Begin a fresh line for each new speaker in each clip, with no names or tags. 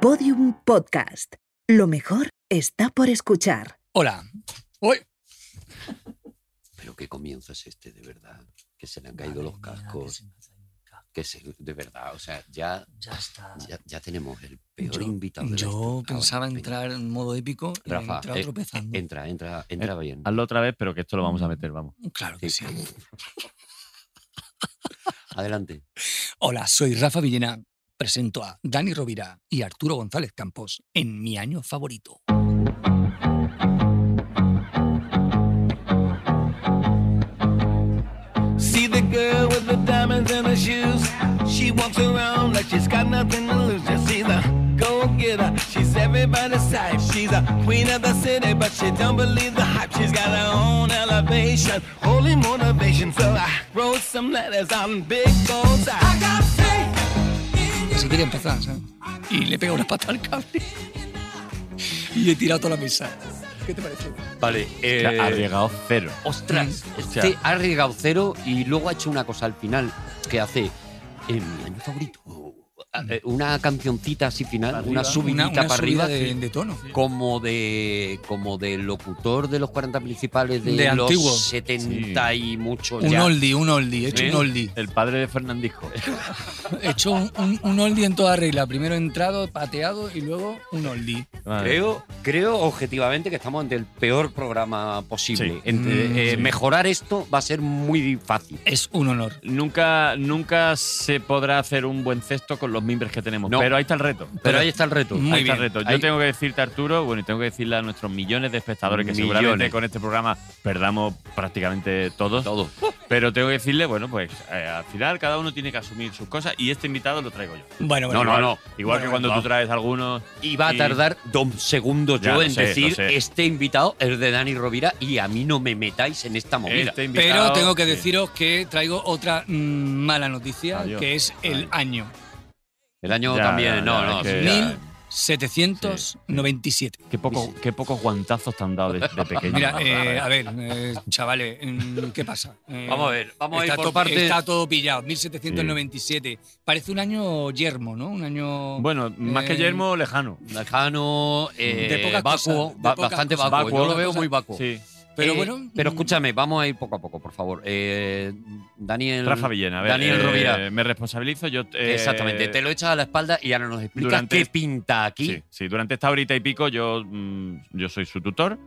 Podium Podcast. Lo mejor está por escuchar.
Hola. Uy,
Pero qué comienzo es este, de verdad. Que se le han
Madre
caído los
mía, que
cascos.
se me ha caído el casco.
Que se, de verdad, o sea, ya,
Ya está.
ya, ya tenemos el peor
Yo-
invitado. de la
yo
historia. Ahora,
pensaba
venga,
entrar en modo épico y
Rafa,
he entrado
eh,
tropezando.
Entra, entra, entra bien.
Hazlo otra vez, pero que esto lo vamos a meter, vamos.
claro que sí.
Adelante.
Hola, soy Rafa Villena. Presento a Dani Rovira y Arturo González Campos en mi año favorito.
See the girl with the diamonds in her shoes. She walks around like she's got nothing to lose. Just see the go get her. She's everybody's type. She's a queen of the city, but she don't believe the hype. She's got her own elevation, holy motivation. So I wrote some letters on big gold I got faith.
Así quería empezar, ¿eh? ¿sabes? Y le he pegado una pata al cable. Y he tirado toda la mesa. ¿Qué te parece?
Vale.
O sea, ha llegado cero.
Ostras,
Mm,
este
hostia.
ha arriesgado cero y luego ha hecho una cosa al final que hace eh, mi año favorito. eh, Una cancioncita así final,
Para
una
arriba.
subidita
una
para
subida
arriba.
de, de tono.
Como de como de locutor de los 40 principales de,
De
los
antiguo.
70 y muchos
Un
Pues ya.
oldie, un oldie. He hecho
Sí.
un oldie.
El padre de Fernandisco.
He hecho un, un- un oldie en toda regla. Primero entrado, pateado y luego un oldie.
Madre.
Creo, creo objetivamente que estamos ante el peor programa posible.
Sí.
Entre-
Mm,
eh,
sí.
Mejorar esto va a ser muy fácil.
Es un honor.
Nunca, nunca se podrá hacer un buen cesto con los mimbres que tenemos,
No.
pero ahí está el reto.
Pero ahí está el reto.
Muy
Ahí está
bien.
el reto. Yo
Ahí-
tengo que decirte, Arturo, bueno, y tengo que decirle a nuestros millones de espectadores, que seguramente
Millones.
con este programa perdamos prácticamente todos,
Todo.
pero tengo que decirle, bueno, pues eh, al final cada uno tiene que asumir sus cosas y este invitado lo traigo yo.
Bueno, bueno.
No, no,
Igual-
no.
Igual
Bueno,
que cuando
bueno.
tú traes algunos
Y va a
Y-
tardar dos segundos
Ya,
yo
lo
en
sé, lo
decir,
sé.
este invitado es de Dani Rovira y a mí no me metáis en esta movida.
este
Pero
invitado.
tengo que
Sí.
deciros que traigo otra mm, mala noticia,
Adiós.
que es el
Adiós.
año
El año
Ya,
también,
ya,
no,
ya,
no.
es que-
sí, ya.
Mil- 797.
Qué, poco, qué pocos guantazos te han dado de, de pequeño.
Mira, eh, a ver, eh, chavales, mm, ¿qué pasa? Eh,
Vamos a ver, vamos a ir
Está,
por
todo,
parte.
está todo pillado, 1797. Parece un año yermo, ¿no? Un año.
Bueno, más que
Eh,
Yermo, lejano.
Lejano, eh,
De pocas
vacuo,
cosas, de
ba-
pocas
bastante
cosas.
vacuo. pues Yo
Vacuo.
lo veo muy vacuo.
Sí.
pero
Eh,
bueno.
Pero
mm,
escúchame, vamos a ir poco a poco, por favor. Eh, Daniel.
Rafa Villena, a ver,
Daniel
eh,
Rovira.
Me responsabilizo. Yo, eh,
Exactamente, te lo echas a la espalda y ahora nos explicas
durante
qué
este-
pinta aquí.
Sí, sí, durante esta horita y pico yo, mm, yo soy su tutor,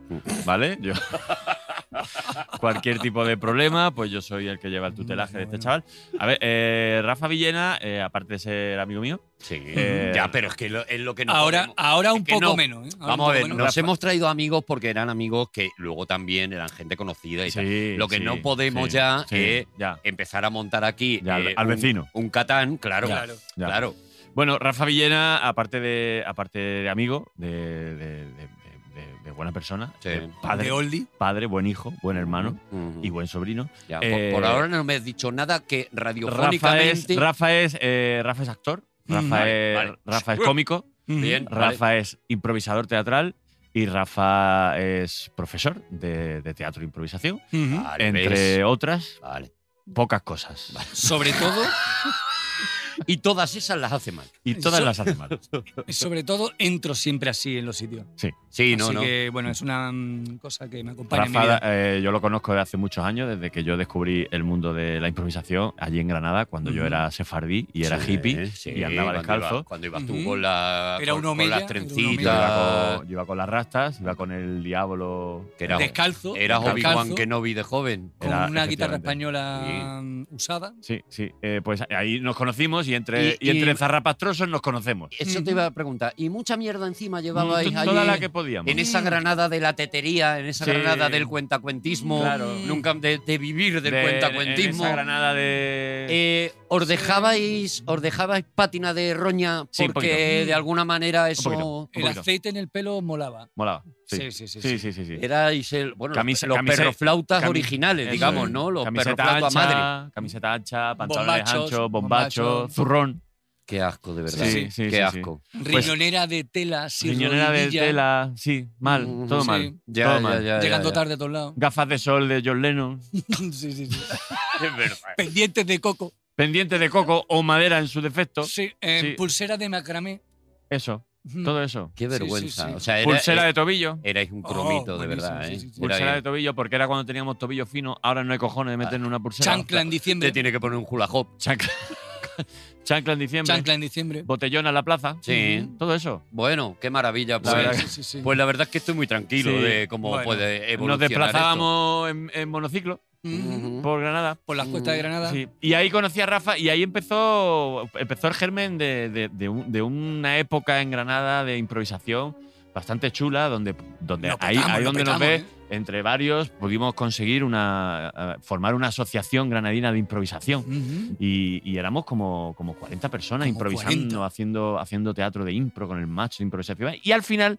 ¿vale? Yo- cualquier tipo de problema, pues yo soy el que lleva el tutelaje de este chaval. A ver, eh, Rafa Villena, eh, aparte de ser amigo mío,
Sí,
Eh,
Mm, ya, pero es que lo- es lo que nos
ahora, ah,
podemos-
ahora un
es que
poco
no.
menos. ¿eh? Ahora un
Vamos
poco
a ver,
menos.
nos hemos traído amigos porque eran amigos que luego también eran gente conocida y tal.
sí,
Lo que
sí,
no podemos
sí,
ya
sí,
es
ya,
empezar a montar aquí
Ya, al-
eh,
al
un-
vecino.
Un, catán, claro,
Ya.
claro,
ya.
claro.
Bueno, Rafa Villena, aparte de, aparte de amigo, de, de- de- de- de- de buena persona,
Sí.
de padre,
De Oldie.
padre, buen hijo, buen hermano
Ujú.
y buen sobrino.
Ya,
eh,
por, por ahora no me has dicho nada que
Rafa
radiofónicamente.
es, Rafa es, eh, Rafa es actor,
Mm,
Rafa,
vale,
es,
vale.
Rafa es cómico,
Bien, vale.
Rafa es improvisador teatral y Rafa es profesor de, de teatro e improvisación,
Ujú.
Vale,
entre
¿ves?
otras
Vale.
pocas cosas.
Sobre todo.
Y todas esas las hace mal.
Y todas
Eso-
las hace mal.
Sobre todo entro siempre así en los sitios.
Sí, no,
así
no.
que bueno, es una mm, cosa que me acompaña en mi
Rafa,
vida.
eh, yo lo conozco de hace muchos años, desde que yo descubrí el mundo de la improvisación allí en Granada, cuando yo
Ujú.
era sefardí y era
Sí, eh,
hippie
sí,
y andaba
cuando
descalzo.
iba- Cuando ibas tú
Ujú.
con, la,
Era
con,
una
con
homilla,
las
era una
Yo
trencitas.
iba, con, yo iba con las rastas, iba con el diablo.
Que era-
Descalzo.
Eras Obi-Wan
descalzo,
Kenobi de joven.
Con
Era-
una guitarra
efectivamente.
española mm, usada.
Sí, sí. eh, pues ahí nos conocimos y entre,
Y-
y,
y-
entre zarrapastrosos nos conocemos.
Eso te iba a preguntar. ¿Y mucha mierda encima llevabais
Tod-
allí?
Toda la que podíamos.
En esa granada de la tetería, en esa
Sí.
granada del cuentacuentismo,
Claro.
Mm,
nunca de, de vivir del
De-
cuentacuentismo.
En esa granada de.
Eh, os, dejabais, os dejabais pátina de roña
Sí, un
porque de alguna manera eso
poquito.
El
poquito.
aceite en el pelo molaba.
Molaba. Sí,
Sí, sí, sí.
sí,
sí.
sí. sí, sí.
erais el, bueno, los-
Camisa-
los
camise-
perroflautas
cami-
originales,
Eso
digamos,
es.
¿no? Los
camiseta
perroflautas
ancha,
madre.
Camiseta ancha, pantalones
Bombachos,
anchos, bombacho,
bombacho.
zurrón.
Qué asco, de verdad.
Sí, sí, sí,
Qué
sí.
asco.
Riñonera de tela, sin
Riñonera de
rodillilla,
tela. Sí, mal,
Mm,
todo
sí.
mal.
Ya,
todo
ya,
mal.
ya, ya,
Llegando
ya.
tarde a todos lados.
Gafas de sol de John Lennon.
sí, sí, sí. Pendientes de coco.
Pendiente de coco o madera en su defecto.
Sí, eh,
Sí.
Pulsera de macramé.
Eso. Todo eso.
Qué
Sí, sí,
vergüenza.
sí.
O sea, era- e
Pulsera
era-
de tobillo.
erais un
Oh,
cromito, de
buenísimo,
verdad.
sí,
¿eh?
sí, sí.
Era-
Pulsera de tobillo, porque era cuando teníamos tobillo fino. Ahora no hay cojones de meterle una pulsera.
Chancla en diciembre.
Te tiene que poner un hula hop.
Chancla. Chancla en diciembre.
Chancla en diciembre.
Botellón a la plaza.
Sí.
Ujú. Todo eso.
Bueno, qué maravilla. Pues,
La verdad
Sí, sí, sí.
pues la verdad es que estoy muy tranquilo
Sí,
de cómo
bueno.
puede
Nos
evolucionar.
desplazábamos en, en monociclo
Mm,
Ujú.
por Granada.
Por las cuestas de Granada.
Sí. Y ahí conocí a Rafa y ahí empezó, empezó el germen de, de- de un- de una época en Granada de improvisación bastante chula, donde, donde
Lo
ahí,
petamos,
ahí
lo
donde nos ve,
petamos,
entre varios, pudimos conseguir una, a- formar una asociación granadina de improvisación.
¿eh? Ujú.
Y, y éramos como, como 40 personas
Como
improvisando,
40.
Haciendo, haciendo teatro de impro con el macho de improvisación. Y al final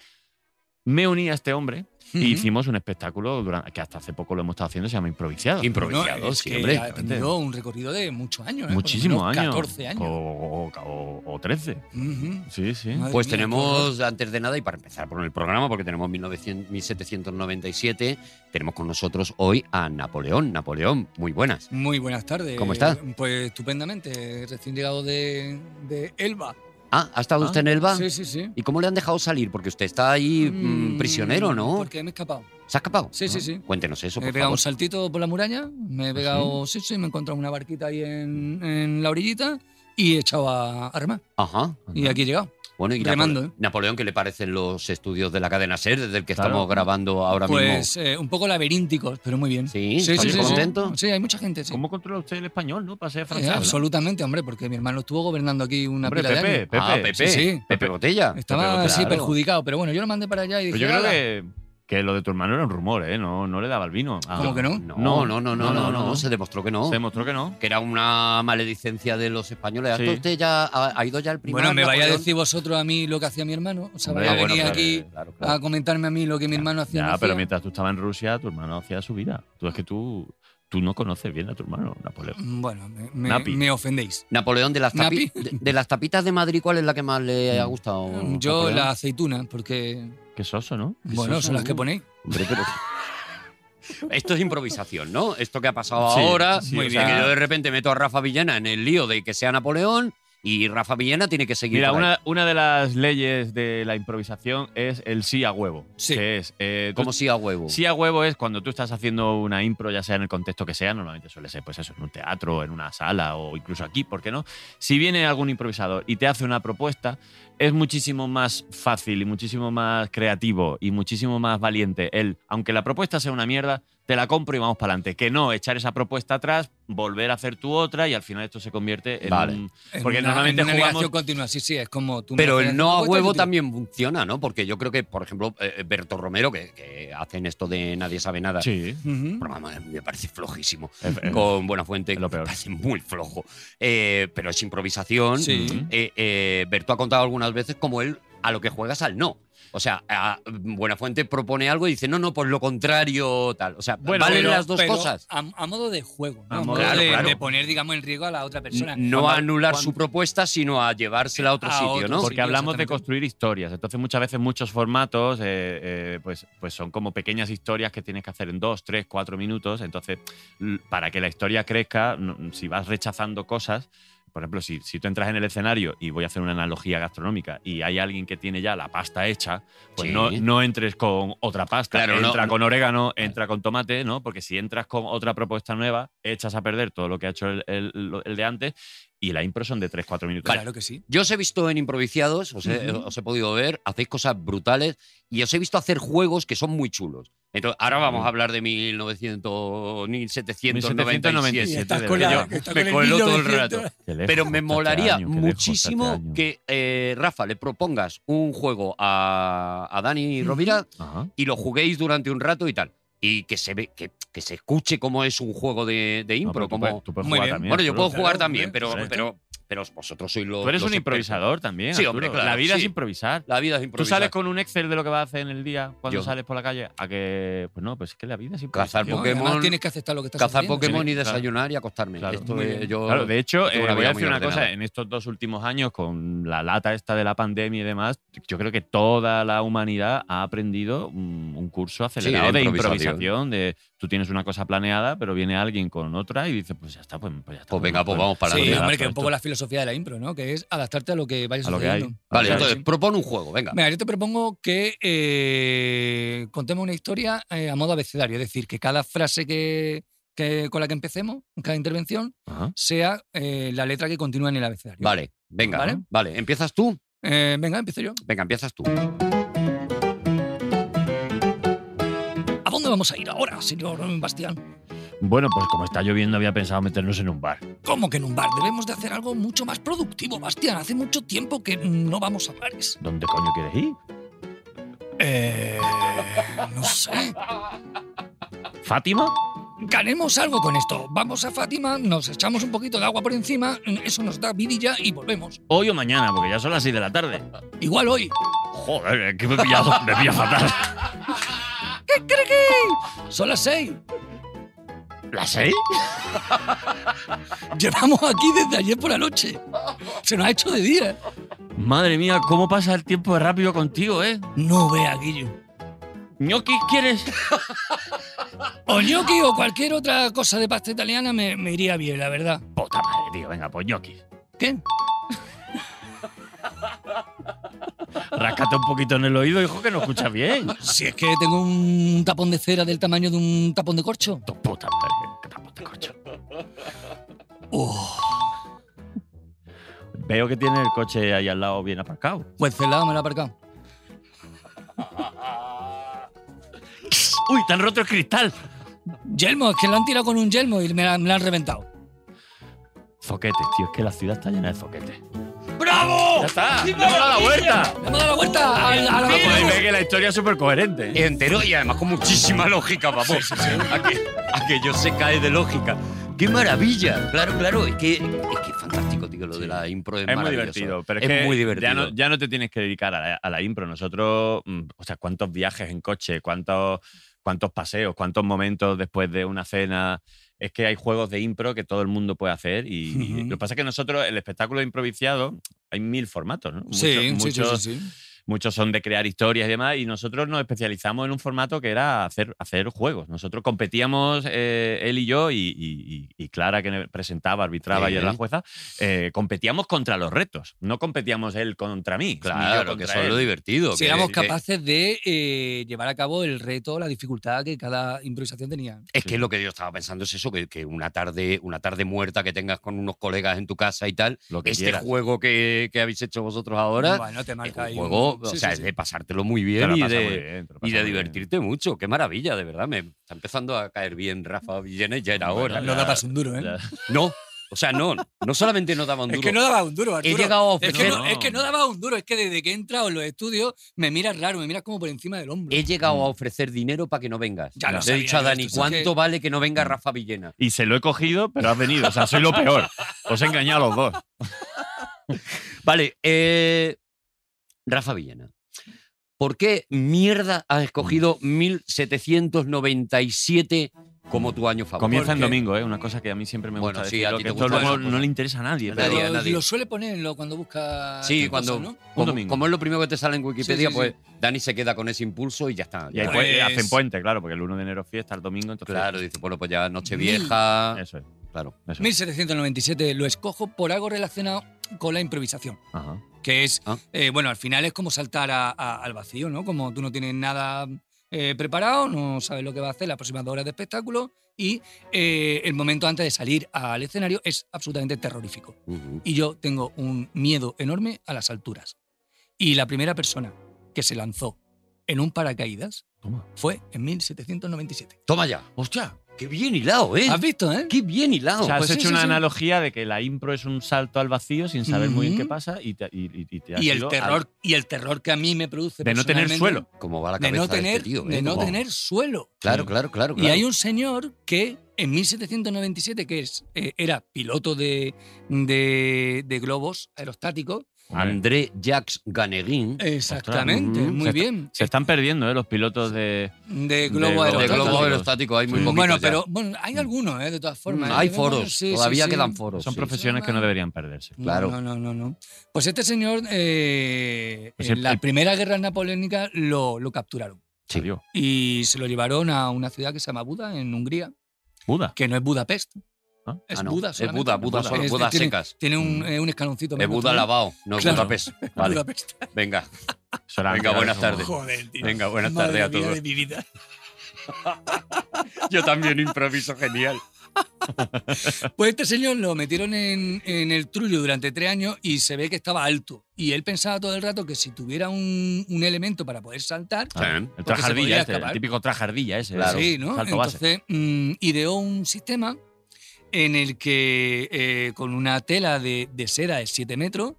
me uní a este hombre y
Ujú.
hicimos un espectáculo duran- que hasta hace poco lo hemos estado haciendo, se llama Improvisado.
Improvisado,
No, es
sí,
que
hombre.
ha tenido un recorrido de muchos años. ¿eh?
Muchísimos
Por lo
años.
menos 14 años.
Oh. O, o- o- o 13.
Ujú.
Sí, sí.
Madre
Pues
mía, qué
tenemos, antes de nada, y para empezar por el programa, porque tenemos 1900 1797, tenemos con nosotros hoy a Napoleón. Napoleón, muy buenas.
Muy buenas tardes.
¿Cómo está?
Pues estupendamente, recién llegado de, de Elba.
Ah, ¿ha estado
Ah,
usted en Elba?
Sí, sí, sí.
¿Y cómo le han dejado salir? Porque usted está ahí mm,
Mm,
prisionero, ¿no?
Porque me he escapado.
¿Se ha escapado?
Sí, sí,
Ah,
sí. Eh,
Cuéntenos eso,
Me he
por
pegado
favor.
un saltito por la muralla, me he
Pues
pegado, sí, sí, me he encontrado una barquita ahí en, en la orillita y he echado a, a remar.
Ajá.
Y aquí he llegado.
Bueno, y
remando,
Napole-
¿eh?
Napoleón, ¿qué le parecen los estudios de la cadena SER desde el que
Claro.
estamos grabando ahora
pues eh, un poco laberínticos, pero muy bien.
Sí, ¿está
muy
contento?
Sí, hay mucha gente, sí.
¿Cómo controla usted el español, no? Para ser
Eh,
francés.
absolutamente, hombre, porque mi hermano estuvo gobernando aquí una
Hombre,
pila de
Pepe,
años.
Pepe.
mismo? Ah, Pepe.
Sí, sí.
Pepe Botella.
Estaba
Pepe Botella,
así
claro.
perjudicado, pero bueno, yo lo mandé para allá y dije,
Pero yo creo
"Ala".
que, que lo de tu hermano era un rumor, ¿eh? No, no le daba el vino. Ah,
¿Cómo que no?
No, no, no, no, no, no,
no.
se demostró que no.
Se demostró que no.
que era una maledicencia de los españoles. ¿Hasta
Sí.
usted ya ha, ha ido ya el primer
Bueno, me vaya a
Napoleón?
decir vosotros a mí lo que hacía mi hermano. O sea,
Hombre,
vaya a
bueno,
venir
claro,
aquí
claro, claro.
a comentarme a mí lo que mi hermano hacía.
Ya,
no hacía.
pero mientras tú estabas en Rusia, tu hermano hacía su vida. Tú es que tú, tú no conoces bien a tu hermano, Napoleón.
Bueno, me, me-
Napi.
me ofendéis.
Napoleón, de las, tapi-
Napi.
de, de las tapitas de Madrid, ¿cuál es la que más le ha
Oh,
gustado?
Yo
Napoleón?
la aceituna, porque,
Qué soso, ¿no?
bueno, son las que ponéis.
Hombre, pero- Esto es improvisación, ¿no? Esto que ha pasado
Sí,
ahora,
sí,
muy
o
bien,
sea-
que yo de repente meto a Rafa Villena en el lío de que sea Napoleón y Rafa Villena tiene que seguir.
Mira,
por ahí.
una, una de las leyes de la improvisación es el sí a huevo.
Sí.
Que es, eh, tú
Como si a huevo.
Sí a huevo es cuando tú estás haciendo una impro, ya sea en el contexto que sea, normalmente suele ser pues eso, en un teatro, en una sala o incluso aquí, ¿por qué no? Si viene algún improvisador y te hace una propuesta, es muchísimo más fácil y muchísimo más creativo y muchísimo más valiente el, aunque la propuesta sea una mierda, te la compro y vamos para adelante, que no echar esa propuesta atrás, volver a hacer tu otra y al final esto se convierte en
Vale.
un-
En
Porque
una-
normalmente
en una negación
jugamos-
continua, sí, sí, es como tú. me pues,
Pero
haces
el no a
propuesta y yo
huevo
te-
también funciona, ¿no? Porque yo creo que, por ejemplo, eh, Berto Romero, que, que hacen esto de Nadie sabe nada,
Sí.
Ujú.
programa me parece flojísimo.
Es- es-
Con Buenafuente,
es lo
me
peor.
parece muy flojo. Eh, pero es improvisación.
Sí.
Mm.
Eh, eh, Berto ha contado algunas veces como él a lo que juegas al no. O sea, a- Buenafuente propone algo y dice, no, no, pues lo contrario, tal. O sea,
Bueno,
valen
Pero-
las dos
pero
cosas.
A, a modo de juego, ¿no?
A
a
modo
modo
Claro,
de,
claro.
de poner, digamos, en riesgo a la otra persona.
No a
cuando-
anular
cuando-
su propuesta, sino a llevársela a otro
A
sitio,
otro
¿no?
Porque
Sí,
hablamos de
exactamente.
construir historias. Entonces, muchas veces muchos formatos eh, eh, pues, pues son como pequeñas historias que tienes que hacer en dos, tres, cuatro minutos. Entonces, l- para que la historia crezca, no- si vas rechazando cosas, por ejemplo, si, si tú entras en el escenario y voy a hacer una analogía gastronómica y hay alguien que tiene ya la pasta hecha, pues
Sí.
no, no entres con otra pasta.
Claro, no-
entra
no-
con orégano, entra con tomate, ¿no? Porque si entras con otra propuesta nueva, echas a perder todo lo que ha hecho el, el- lo- el de antes y la impro son de tres, cuatro minutos.
Claro que sí.
Yo os he visto en improvisados, os he,
Ujú.
os he podido ver, hacéis cosas brutales y os he visto hacer juegos que son muy chulos. Entonces, ahora vamos a hablar de 1900, 1797.
Y
1797,
estás
de
con
verdad.
la-
Yo
estás
me
con el
cuelo todo el
1900.
rato.
Qué lejos
Pero me
está este
molaría
año, qué lejos está este
muchísimo
año.
que eh, Rafa le propongas un juego a, a Dani Rovira
Ajá.
y lo juguéis durante un rato y tal. Y que se ve, que, que se escuche cómo es un juego de, de
No,
impro.
pero tú
cómo-
puedes- tú puedes
Muy
jugar
bien.
también,
bueno, yo puedo
Arturo.
jugar
Claro,
también,
hombre,
pero,
correcto.
pero, pero vosotros sois los.
Tú eres
los
un
expertos.
improvisador también.
Sí, hombre,
Arturo.
claro,
La vida es
sí.
improvisar.
La vida es
Tú
improvisar.
sales con un Excel de lo que vas a hacer en el día cuando
Yo.
sales por la calle a que. Pues no, pues es que la vida es
Cazar
improvisación.
No, y
Pokémon-
además tienes que aceptar lo que estás
cazar
haciendo.
Pokémon
Sí,
y
claro.
desayunar y acostarme.
Claro.
Esto
Muy
es-
bien.
yo-
Claro, de hecho,
tengo
eh,
una
voy
vida
a
muy
decir una
ordenada.
cosa. En estos dos últimos años, con la lata esta de la pandemia y demás, yo creo que toda la humanidad ha aprendido mm, un, un curso acelerado
de
de
improvisación.
improvisación. comunicación, de tú tienes una cosa planeada, pero viene alguien con otra y dice, pues ya está, pues, pues ya está.
Pues venga, pues vamos para
Sí,
Sí,
adelante.
hombre, que es un
perfecto.
poco la filosofía de la impro, ¿no? Que es adaptarte a lo que vaya
A lo que
sucediendo.
hay.
Vale,
Claro,
entonces,
sí.
propone un juego, venga.
Mira, yo te propongo que eh, contemos una historia eh, a modo abecedario, es decir, que cada frase que, que- con la que empecemos, cada intervención,
Ajá.
sea eh, la letra que continúa en el abecedario.
Vale, venga.
Vale.
vale, ¿empiezas tú?
Eh, venga, empiezo yo.
Venga, empiezas tú.
¿A dónde vamos a ir ahora, señor Bastián?
Bueno, pues como está lloviendo, había pensado meternos en un bar.
¿Cómo que en un bar? Debemos de hacer algo mucho más productivo, Bastián. Hace mucho tiempo que no vamos a bares.
¿Dónde coño quieres ir?
Eh, no sé.
¿Fátima?
Ganemos algo con esto. Vamos a Fátima, nos echamos un poquito de agua por encima, eso nos da vidilla y volvemos.
Hoy o mañana, porque ya son las 6 de la tarde.
Igual hoy.
Joder, es que me he pillado, me he pillado fatal.
Son las seis.
¿Las 6?
Llevamos aquí desde ayer por la noche. Se nos ha hecho de día.
Madre mía, cómo pasa el tiempo de rápido contigo, ¿eh?
No vea, Guillo.
¿Ñoquis quieres?
O gnocchi o cualquier otra cosa de pasta italiana me, me iría bien, la verdad.
Puta madre, tío, venga, pues ñoquis.
¿Qué?
Ráscate un poquito en el oído, hijo, que no escuchas bien.
Si es que tengo un tapón de cera del tamaño de un tapón de corcho.
Tu puta madre, que tampoco te cocho.
Uf,
Veo que tiene el coche ahí al lado bien aparcado.
pues celada me la ha aparcado.
¡Uy, te han roto el cristal!
Yelmo, es que la han tirado con un yelmo y me la, me la han reventado.
Zoquetes, tío, es que la ciudad está llena de zoquetes.
¡Bravo!
¡Ya está! ¡Le hemos dado la vuelta!
¡Le hemos dado la vuelta al- a la
Pues ahí ve
vacuna!
que la historia es súper coherente.
Entero y además con muchísima lógica, vamos. A, que, a que yo se cae de lógica. ¡Qué maravilla! Claro, claro, es que es, que es fantástico, tío, lo de la impro. Es,
Es muy
maravilloso.
divertido, pero es,
es
que
muy divertido.
Ya no, ya no te tienes que dedicar a la, a la impro. Nosotros, mm, o sea, cuántos viajes en coche, cuántos, cuántos paseos, cuántos momentos después de una cena. Es que hay juegos de impro que todo el mundo puede hacer. Y, y
Ujú.
lo que pasa es que nosotros, el espectáculo improvisado, hay mil formatos, ¿no?
Sí, sí, sí,
Muchos-
sí,
muchos-
sí.
muchos son de crear historias y demás, y nosotros nos especializamos en un formato que era hacer, hacer juegos. Nosotros competíamos, eh, él y yo, y, y- y- y Clara, que presentaba, arbitraba y era la
Sí.
jueza, eh, competíamos contra los retos, no competíamos él contra mí. ni yo
Claro, que
contra
eso es
él.
lo divertido.
Si
que-
éramos
que-
capaces de eh, llevar a cabo el reto, la dificultad que cada improvisación tenía.
Es que lo que yo estaba pensando es eso, que, que una, tarde, una tarde muerta que tengas con unos colegas en tu casa y tal,
Lo que
este
quieras.
juego que, que habéis hecho vosotros ahora,
bueno, te
es
marca
un
ahí
juego, o
sí,
sea,
sí,
es
sí.
de pasártelo muy
Te la
bien, y
pasa
de,
muy bien, te la
y de
pasa muy bien.
divertirte mucho. Qué maravilla, de verdad. Me está empezando a caer bien Rafa Villena ya era
Bueno,
hora.
No
ya-
dabas un duro, ¿eh?
Ya.
No, o sea, no, no solamente no daban duro.
Es que no daba un duro,
He
Arturo.
llegado
es,
a ofrecer,
que no,
No.
es que no daba un duro, es que desde que he entrado en los estudios me miras raro, me miras como por encima del hombro.
he llegado a ofrecer dinero para que no vengas.
Mm. Ya lo
Le he
sabía
dicho a
yo,
Dani,
esto es que- Mm.
¿cuánto vale que no venga Rafa Villena?
Y se lo he cogido, pero has venido. O sea, soy lo peor. Os he engañado a los dos.
Vale, eh, Rafa Villena. ¿Por qué mierda has escogido
Mm.
1797 como tu año favorito?
Comienza en
Porque-
domingo, ¿eh? Una cosa que a mí siempre me
Bueno,
gusta
sí,
decirlo,
a ti te
que esto
gusta
luego
eso, pues.
no le interesa a nadie.
A
pero-
nadie, a nadie.
Lo suele poner lo- cuando busca.
Sí,
estas
cuando,
cosas, Ah, ¿no?
como,
domingo.
como es lo primero que te sale en Wikipedia,
sí,
pues
sí.
Dani se queda con ese impulso y ya está.
Y ahí
Ya.
pues,
Pues-
hacen puente, claro, porque el 1 de enero es fiesta, el domingo, entonces.
Claro, dice, bueno, pues ya
Ah.
Nochevieja.
Eso es.
Claro.
Eso.
1797 lo escojo por algo relacionado con la improvisación.
Ajá.
Que es,
Ah.
eh, bueno, al final es como saltar a- a- al vacío, ¿no? Como tú no tienes nada eh, preparado, no sabes lo que va a hacer las próximas dos horas de espectáculo y eh, el momento antes de salir al escenario es absolutamente terrorífico.
Ujú.
Y yo tengo un miedo enorme a las alturas. Y la primera persona que se lanzó en un paracaídas
Toma.
fue en 1797.
Toma ya.
Hostia.
Qué bien hilado, ¿eh?
¿Has visto, eh?
Qué bien hilado.
O sea, has
pues sí,
hecho
sí,
una
sí.
analogía de que la impro es un salto al vacío sin saber muy bien qué
Ujú.
pasa y te, y, y- y te has
Y el,
ido
terror, y el terror que a mí me produce.
al- de no tener
personalmente,
suelo.
Como va la
De
cabeza
no tener,
de este tío. ¿eh?
de no
Como-
tener suelo.
Claro, claro, claro.
Y
claro.
hay un señor que en 1797, que es, eh, era piloto de, de, de globos aerostáticos.
André Jacques Ganeguin.
Eh, Exactamente,
ujú.
muy
Se está-
bien.
Se están perdiendo, ¿eh? Los pilotos de.
De
de
globo
globos
de
aerostático.
globos aerostáticos hay muy
Sí.
poquitos
Bueno,
ya.
pero bueno, hay algunos, ¿eh? de todas formas.
Mm, hay
Yo veo,
foros,
bueno, sí, sí,
todavía
sí.
quedan foros. Pues sí.
Son
Ah,
profesiones que no deberían perderse.
No,
claro.
No, no, no, no. Pues este señor, eh,
Pues
en
el-
la
el-
primera guerra napoleónica lo, lo capturaron.
Sí.
Adiós.
Y se lo llevaron a una ciudad que se llama Buda, en Hungría,
Buda.
que no es Budapest.
Ah.
Es
Ah, no.
Buda,
Es
solamente.
Buda, Buda, solo-
Es-
Buda
tiene,
secas.
Tiene un, eh, un escaloncito
Es
menos
Buda
todavía.
lavado, no
Claro.
Budapest. Mm. Vale,
Budapest.
venga.
Será
Venga,
antes,
buenas
ahora
tardes.
somos-
Joder, tío.
Venga, buenas
Madre
tardes a
mía
todos.
de mi vida.
Yo también improviso genial.
Pues este señor lo metieron en, en el trullo durante tres años y se ve que estaba alto. Y él pensaba todo el rato que si tuviera un, un elemento para poder saltar,
Ah,
Sí.
El
Porque se podía
trajardilla este, el
escapar.
típico trajardilla ese. ¿eh?
Claro.
Sí, ¿no?
Salto base.
Entonces mm, ideó un sistema en el que eh, con una tela de, de seda de 7 metros,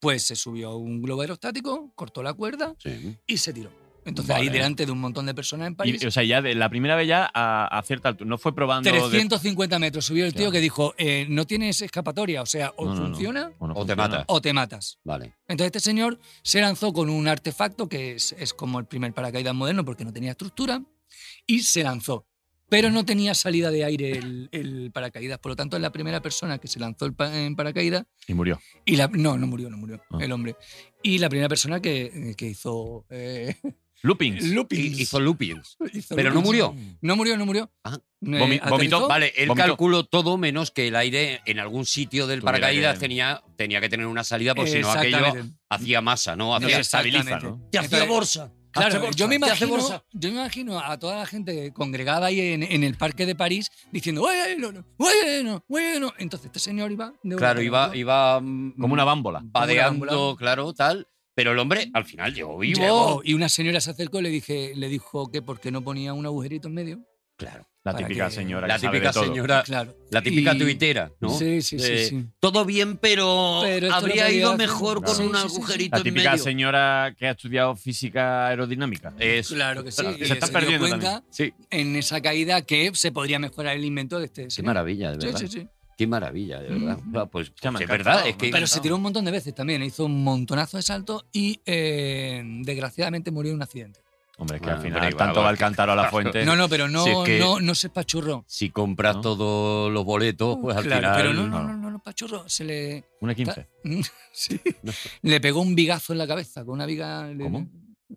pues se subió a un globo aerostático, cortó la cuerda
Sí.
y se tiró. Entonces ahí
Vale.
delante de un montón de personas en París.
Y, o sea, ya de la primera vez ya a, a cierta altura. No fue probando. de-
350 metros subió el tío
Claro.
que dijo, eh, no tienes escapatoria, o sea, o
No, no, no.
funciona
no
O te
funciona.
mata.
o te matas.
Vale.
Entonces este señor se lanzó con un artefacto que es, es como el primer paracaídas moderno porque no tenía estructura y se lanzó. Pero no tenía salida de aire el, el paracaídas. Por lo tanto, es la primera persona que se lanzó el pa- en paracaídas.
Y murió.
Y la, no, no murió, no murió
Ah.
el hombre. Y la primera persona que, que hizo. Eh,
Loopings.
loopings.
Hizo loopings.
Hizo
Pero no
loopings.
murió.
No murió, no murió.
Ah.
Eh,
Vomi- vomitó,
aterrizó.
Vale, él
Vomitó.
calculó todo menos que el aire en algún sitio del
Tuviera
paracaídas
que-
tenía, tenía que tener una salida, porque si no aquello
Exactamente.
hacía masa, ¿no?
No
Hacía
se estabiliza,
Exactamente.
¿no?
Te hacía
Entonces,
bolsa. Hace
Claro,
bolsa,
yo me,
te hace
imagino,
bolsa.
yo me imagino a toda la gente congregada ahí en, en el parque de París diciendo, bueno, bueno, bueno. Entonces este señor iba de una
Claro,
para
iba,
otra.
iba mm,
Como una bámbola.
vadeando,
ambulancia.
claro, tal. Pero el hombre al final llegó vivo.
Llegó, y una señora se acercó y le, dije, le dijo que por qué no ponía un agujerito en medio.
Claro.
La
Para
típica
que-
señora.
La
que sabe de
típica
todo.
señora,
Claro.
la típica
Y-
tuitera, ¿no?
Sí, sí, sí,
Eh,
sí.
Todo bien, pero,
Pero esto lo
habría
podía
ido
hacer.
mejor con
Claro.
un
Sí, sí, sí, sí.
agujerito
La típica
en medio. Eh,
señora que ha estudiado física aerodinámica. Eh,
Eso.
Claro que sí.
claro.
Y
Se está
dio
perdiendo
cuenta
Sí,
en esa caída que se podría mejorar el invento de este
qué
señor.
maravilla, de
Sí,
verdad.
sí, sí.
Qué maravilla, de verdad. Ah, Pues,
Ya me
pues, es
ha
verdad,
encantado,
es que
me ha
Pero se tiró un montón de veces también. Hizo un montonazo de saltos y eh, desgraciadamente murió en un accidente.
Hombre, es que
Ah,
al final
hombre,
tanto
va,
va
va.
el cántaro a la fuente.
No, no, pero no,
Si es que-
no, no se espachurró.
si compras
¿No?
todos los boletos, pues al
claro,
final.
pero no, no,
no.
no, no, no, pachurro. Se le,
Una 15.
sí, le pegó un vigazo en la cabeza, con una viga. le-
¿Cómo?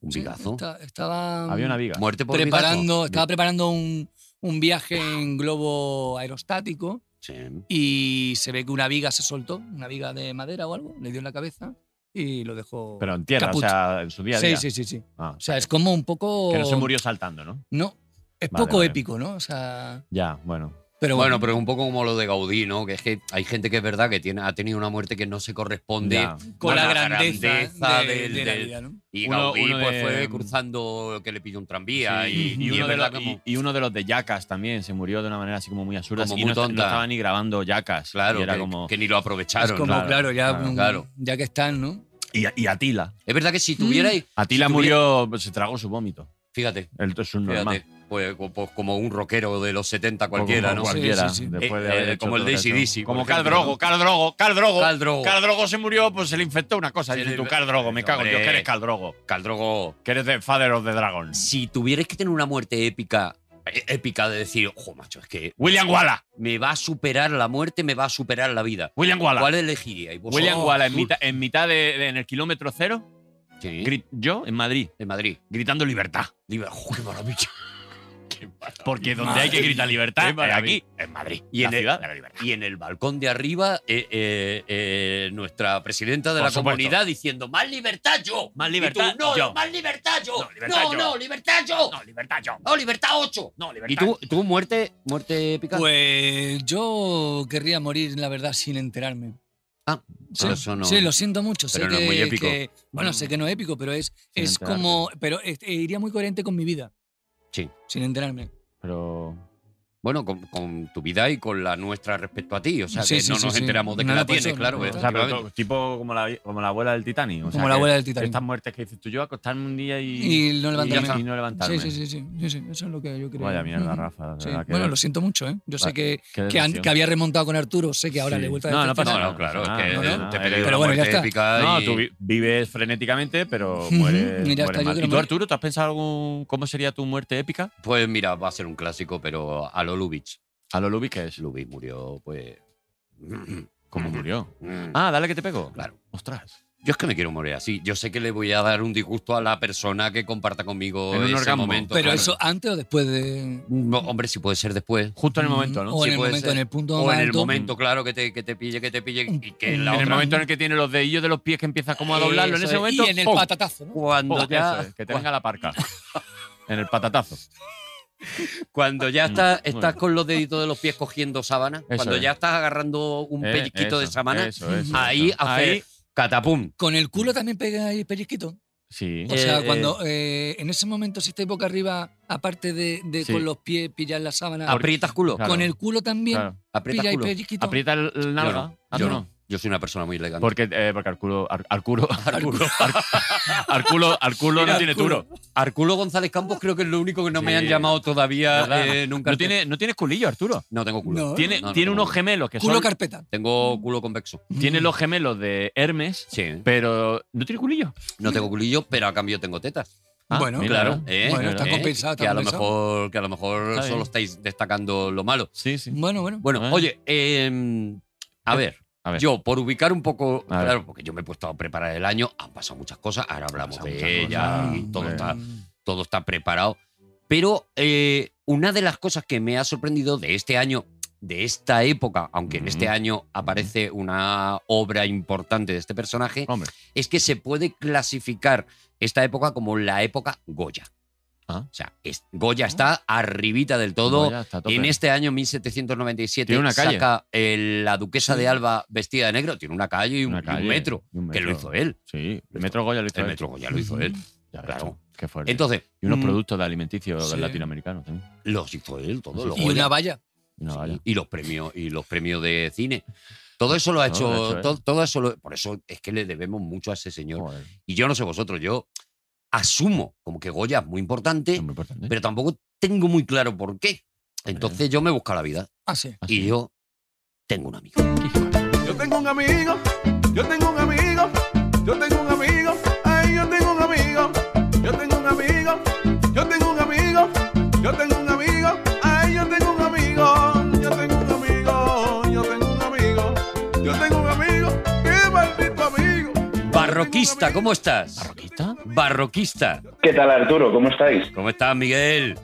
Un
sí,
vigazo.
esta- estaba mm,
Había una viga.
Muerte por
preparando,
vigazo.
estaba preparando un, un viaje en globo aerostático
Sí.
y se ve que una viga se soltó, una viga de madera o algo, le dio en la cabeza y lo dejó.
Pero en tierra,
caput.
o sea, en su día a día.
Sí, sí, sí, sí.
Ah,
O sea, es como un poco.
que no se murió saltando, ¿no?
No, es
Vale,
poco
vale.
épico, ¿no? O sea.
Ya, bueno.
Pero
Bueno, pero es un poco como lo de Gaudí, ¿no? Que es que hay gente que es verdad que tiene, ha tenido una muerte que no se corresponde.
ya.
con la
la
grandeza,
grandeza
de,
del-
de la
del-
vida, ¿no?
Y
Uno-
Gaudí
uno
pues,
de-
fue cruzando que le pilló un tranvía.
Sí,
y, y
y,
es
uno de
verdad
los,
como-
y- y uno de los de Jackass también se murió de una manera así como muy absurda.
Como muy
y no, est- no
tonta.
estaba ni grabando Jackass.
claro,
y era
que,
como.
que ni lo aprovecharon.
es como,
¿no?
claro,
claro,
ya,
claro,
mm,
claro.
ya que están, ¿no?
y, y Atila.
Es verdad que
Mm.
si tuvierais.
Atila
Si
murió, se tragó su vómito.
Fíjate,
El es un normal.
fíjate. Pues, co- pues como un rockero de los 70 cualquiera,
como
¿no?
cual-
Cualquiera.
Sí, sí, sí.
después de
Eh,
haber
eh,
hecho
como el
todo
Daisy
eso.
Dizzy, por
Como Carl
ejemplo,
Drogo,
¿no?
Carl Drogo, Carl Drogo.
Khal Drogo.
Khal Drogo se murió, pues se le infectó una cosa.
Se
Dices
le-
tú, Carl Drogo, me cago en Dios, que
Hombre.
eres Carl Drogo.
Caldrogo,
Que eres de Father of the Dragon.
si tuvierais que tener una muerte épica, eh, épica de decir, ojo, macho, es que
William Wallace.
me va a superar la muerte, me va a superar la vida.
William Wallace.
¿Cuál elegiríais? vosotros?
William Wallace, en
Azul.
mitad, en, mitad de, de- en el kilómetro cero,
Sí,
grit- yo en Madrid,
de Madrid.
gritando libertad.
Digo, ojo, qué maravilla.
Porque donde
Madre
hay que gritar libertad
Qué
es
maravilla.
aquí, en Madrid.
Y
la
en el-
ciudad de la libertad.
Y en el balcón de arriba, eh, eh, eh, nuestra presidenta de
Por
la
supuesto.
comunidad diciendo, más libertad yo.
Más
Y
libertad
tú, no,
yo.
más libertad yo.
No, libertad
no,
yo.
no, libertad yo.
No, libertad yo.
No, libertad 8.
No, libertad.
¿Y tú, tú muerte, muerte épica?
Pues yo querría morir, la verdad, sin enterarme.
Ah,
sí,
pero eso no-
sí, lo siento mucho. sé
pero no es
que,
muy épico.
que- bueno, sé que no es épico, pero es,
Mm. Sin
es
enterarte.
como. Pero es- eh, iría muy coherente con mi vida.
Sí.
Sin enterarme.
Pero.
Bueno, con, con tu vida y con la nuestra respecto a ti. O sea,
Sí,
que
sí,
no
sí,
nos
sí.
enteramos de que
No,
la
no, por
tienes,
eso,
claro. eh,
no, no.
O sea, pero
efectivamente.
to- tipo como la, como la abuela del Titanic. o sea,
como la
que-
abuela del
que
Titanic.
Estas muertes que dices tú, yo acostarme un día y.
Y no
y ya está,
levantarme.
y no levantarme.
sí, sí, sí, sí, sí, sí, Eso es lo que yo creo.
Vaya mierda,
Ujú.
Rafa. de
Sí.
verdad que-
Bueno, lo siento mucho, ¿eh? Yo sé
Vale.
que,
qué
que, an-
decepción.
que había remontado con Arturo, sé que ahora
Sí.
le he vuelto a
No, no
decepcionar.
pasa
No,
nada.
no, claro,
Ah,
es que
no, no.
te he pedido
Pero
una
bueno, ya
muerte
está.
épica
No,
y-
tú vi- vives frenéticamente, pero
Ujú,
mueres.
mira,
mueres
hasta yo
mal.
creo
¿Y tú,
morir.
Arturo, te has pensado algún, cómo sería tu muerte épica?
Pues mira, va a ser un clásico, pero a lo Lubitsch.
A lo Lubis, que es.
Lubitsch murió, pues.
¿Cómo murió? Ah, dale que te pego.
Claro.
Ostras.
Yo es que me quiero morir así. Yo sé que le voy a dar un disgusto a la persona que comparta conmigo
En un
ese
orgasmo.
momento.
Pero
claro.
eso antes o después de.
No, hombre, si puede ser después.
Justo en el momento, ¿no?
O
Sí,
en el
puede
momento,
ser.
en el punto
O en
más
el
alto.
momento, claro, que te, que te pille, que te pille. Y que
En
la
en el
otra-
momento en el que tiene los dedillos de los pies que empieza como a doblarlo, en
Eso
ese
es.
momento.
Y en el
¡pum!
patatazo, ¿no?
Cuando
¡Pum!
ya,
Eso es, Oh, que te venga la parca. en el patatazo.
cuando ya estás,
Mm, Muy
estás
bien.
con los deditos de los pies cogiendo sábana,
Eso
cuando
es.
ya estás agarrando un
Eh,
pellizquito de
eso,
sábana,
eso, eso,
ahí
eso.
hace
Ahí,
catapum.
Con el culo también pega ahí pellizquito.
sí.
O
Eh,
sea,
eh.
cuando eh, en ese momento, si estáis boca arriba, aparte de, de
Sí.
con los pies pillar la sábana,
Aprietas culo.
Claro.
con el culo también
claro.
Aprietas
pilláis
culo.
pellizquito.
Aprieta el, el
Yo
nalga.
no,
Ah,
yo
tú
no. Yo soy una persona muy elegante.
Porque, eh, porque Arculo, Ar- Arculo,
Arculo.
Arculo, Arculo no
Mira,
tiene
Arculo.
turo.
Arculo González Campos creo que es lo único que no me
Sí.
han llamado todavía.
¿Verdad?
eh, nunca
No, tiene, no tienes culillo, Arturo.
No tengo culo.
No.
Tiene,
No, no
tiene
tengo
unos
culo. Mm.
gemelos que
culo
son.
carpeta.
Tengo culo convexo.
Tiene los gemelos de Hermes,
Sí.
pero no tiene culillo. Ah,
No tengo culillo, pero a cambio tengo tetas.
Bueno,
Claro, eh,
bueno, está
eh,
compensado, está
que a lo
compensado.
mejor, que a lo mejor
Está bien.
solo estáis destacando lo malo.
Sí, sí.
Bueno, bueno.
Bueno,
Bueno.
oye, eh, a, ver,
A ver.
yo por ubicar un poco,
A ver.
claro, porque yo me he puesto a preparar el año, han pasado muchas cosas, ahora hablamos
pasado
de
muchas
ella
Ah,
cosas,
y todo
hombre.
está, todo está preparado. Pero eh, una de las cosas que me ha sorprendido de este año, de esta época, aunque en
Ujú.
este año aparece una obra importante de este personaje,
Hombre.
es que se puede clasificar esta época como la época Goya.
Ah.
O sea, es- Goya está arribita del todo.
Ya está, a tope.
En este año 1797
Tiene una calle.
saca el- la duquesa de Alba vestida de negro, tiene una calle y un,
Una
y un
calle,
metro,
y un
que lo
metro.
hizo él.
Sí, el Metro Goya lo hizo
El
él.
metro Goya lo hizo él.
Ya ves
claro.
tú, Qué fuerte.
Entonces,
y unos
Mm.
productos de alimenticios
Sí.
latinoamericanos también.
los hizo él, todo. los
Y
Goya.
una valla.
Y una
Sí,
valla.
y los premios y los premios de cine. Todo eso lo ha
Todo
hecho,
lo ha hecho él.
todo, todo eso lo- por eso es que le debemos mucho a ese señor.
Joder,
Y yo no sé vosotros, yo asumo como que Goya es muy
es
importante,
muy importante.
Eh, pero tampoco tengo muy claro por qué. Entonces yo me busco la vida
Ah, sí.
Ah,
y
sí.
yo tengo un amigo.
Yo tengo un amigo, yo tengo un amigo, yo tengo un amigo, ay, yo tengo un amigo, yo tengo un amigo, yo tengo un amigo, yo tengo un amigo, ay, yo tengo un amigo, yo tengo un amigo, yo tengo un amigo, yo tengo un amigo, qué maldito amigo.
Barroquista, ¿cómo estás?
¿Barroquista?
Barroquista.
¿Qué tal Arturo? ¿Cómo estáis?
¿Cómo estás, Miguel?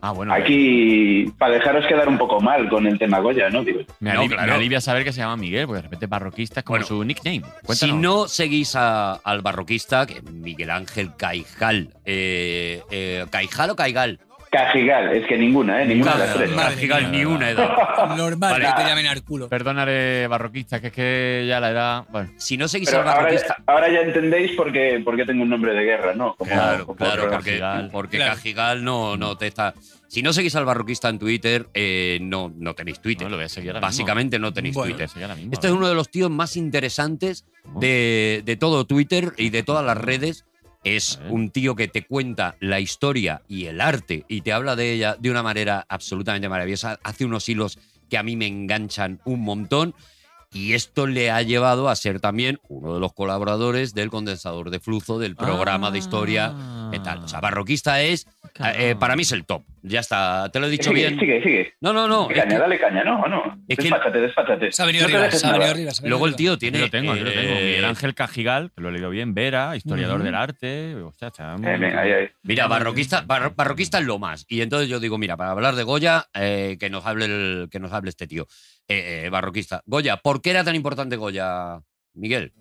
Ah, bueno.
Aquí, para dejaros quedar un poco mal con el tema Goya, ¿no? Digo,
Me,
No,
alivia,
claro.
me alivia saber que se llama Miguel, porque de repente barroquista es como
Bueno,
su nickname. Cuéntanos.
Si no seguís a- al barroquista, que es Miguel Ángel Caijal, eh, eh, ¿Caijal o Caigal?
Cajigal, es que ninguna, ¿eh? Ninguna de las tres.
Madre
Cajigal,
mía.
ni una edad.
Normal
Vale.
que te llamen al culo.
Perdonaré, barroquista, que es que ya la edad. Bueno,
Si no seguís
Pero
al
ahora,
barroquista,
ahora ya entendéis por qué, por qué tengo un nombre de guerra, ¿no? Como-
Claro,
como
claro,
otro.
porque,
Cajigal.
porque
Claro.
Cajigal no, no te está. Si no seguís al barroquista en Twitter, eh, no, no tenéis Twitter.
no, lo voy a seguir ahora
Básicamente no tenéis
mismo. Lo voy a
Twitter.
seguir ahora mismo,
Este
a
es
ver.
uno de los tíos más interesantes
Oh.
de, de todo Twitter y de todas las redes. Es
A ver.
un tío que te cuenta la historia y el arte y te habla de ella de una manera absolutamente maravillosa. Hace unos hilos que a mí me enganchan un montón. Y esto le ha llevado a ser también uno de los colaboradores del condensador de flujo del programa de historia
Ah,
¿Qué tal? O sea, barroquista es,
claro.
eh, para mí es el top. Ya está, te lo he dicho
sigue,
bien.
sigue, sigue.
No, no, no. es
Caña,
que
dale caña, ¿no? ¿O no?
Es que-
Despáchate, despáchate.
Se ha venido
No te
arriba,
dejes
se ha venido
nada.
arriba. se ha venido
Luego el
arriba.
tío
Yo
tiene.
lo tengo, yo lo tengo.
eh,
Miguel Ángel Cajigal, que lo he leído bien, Vera, historiador
Ujú.
del arte. Hostia, está muy-
Eh, venga, ahí, ahí.
Mira, barroquista, barro- barroquista es lo más. Y entonces yo digo, mira, para hablar de Goya, eh, que, nos hable el- que nos hable este tío. Eh, eh, barroquista. Goya, ¿por qué era tan importante Goya, Miguel?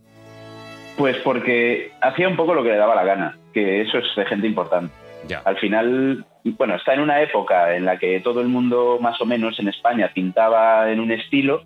Pues porque hacía un poco lo que le daba la gana, que eso es de gente importante.
Ya.
al final, bueno, está en una época en la que todo el mundo, más o menos en España, pintaba en un estilo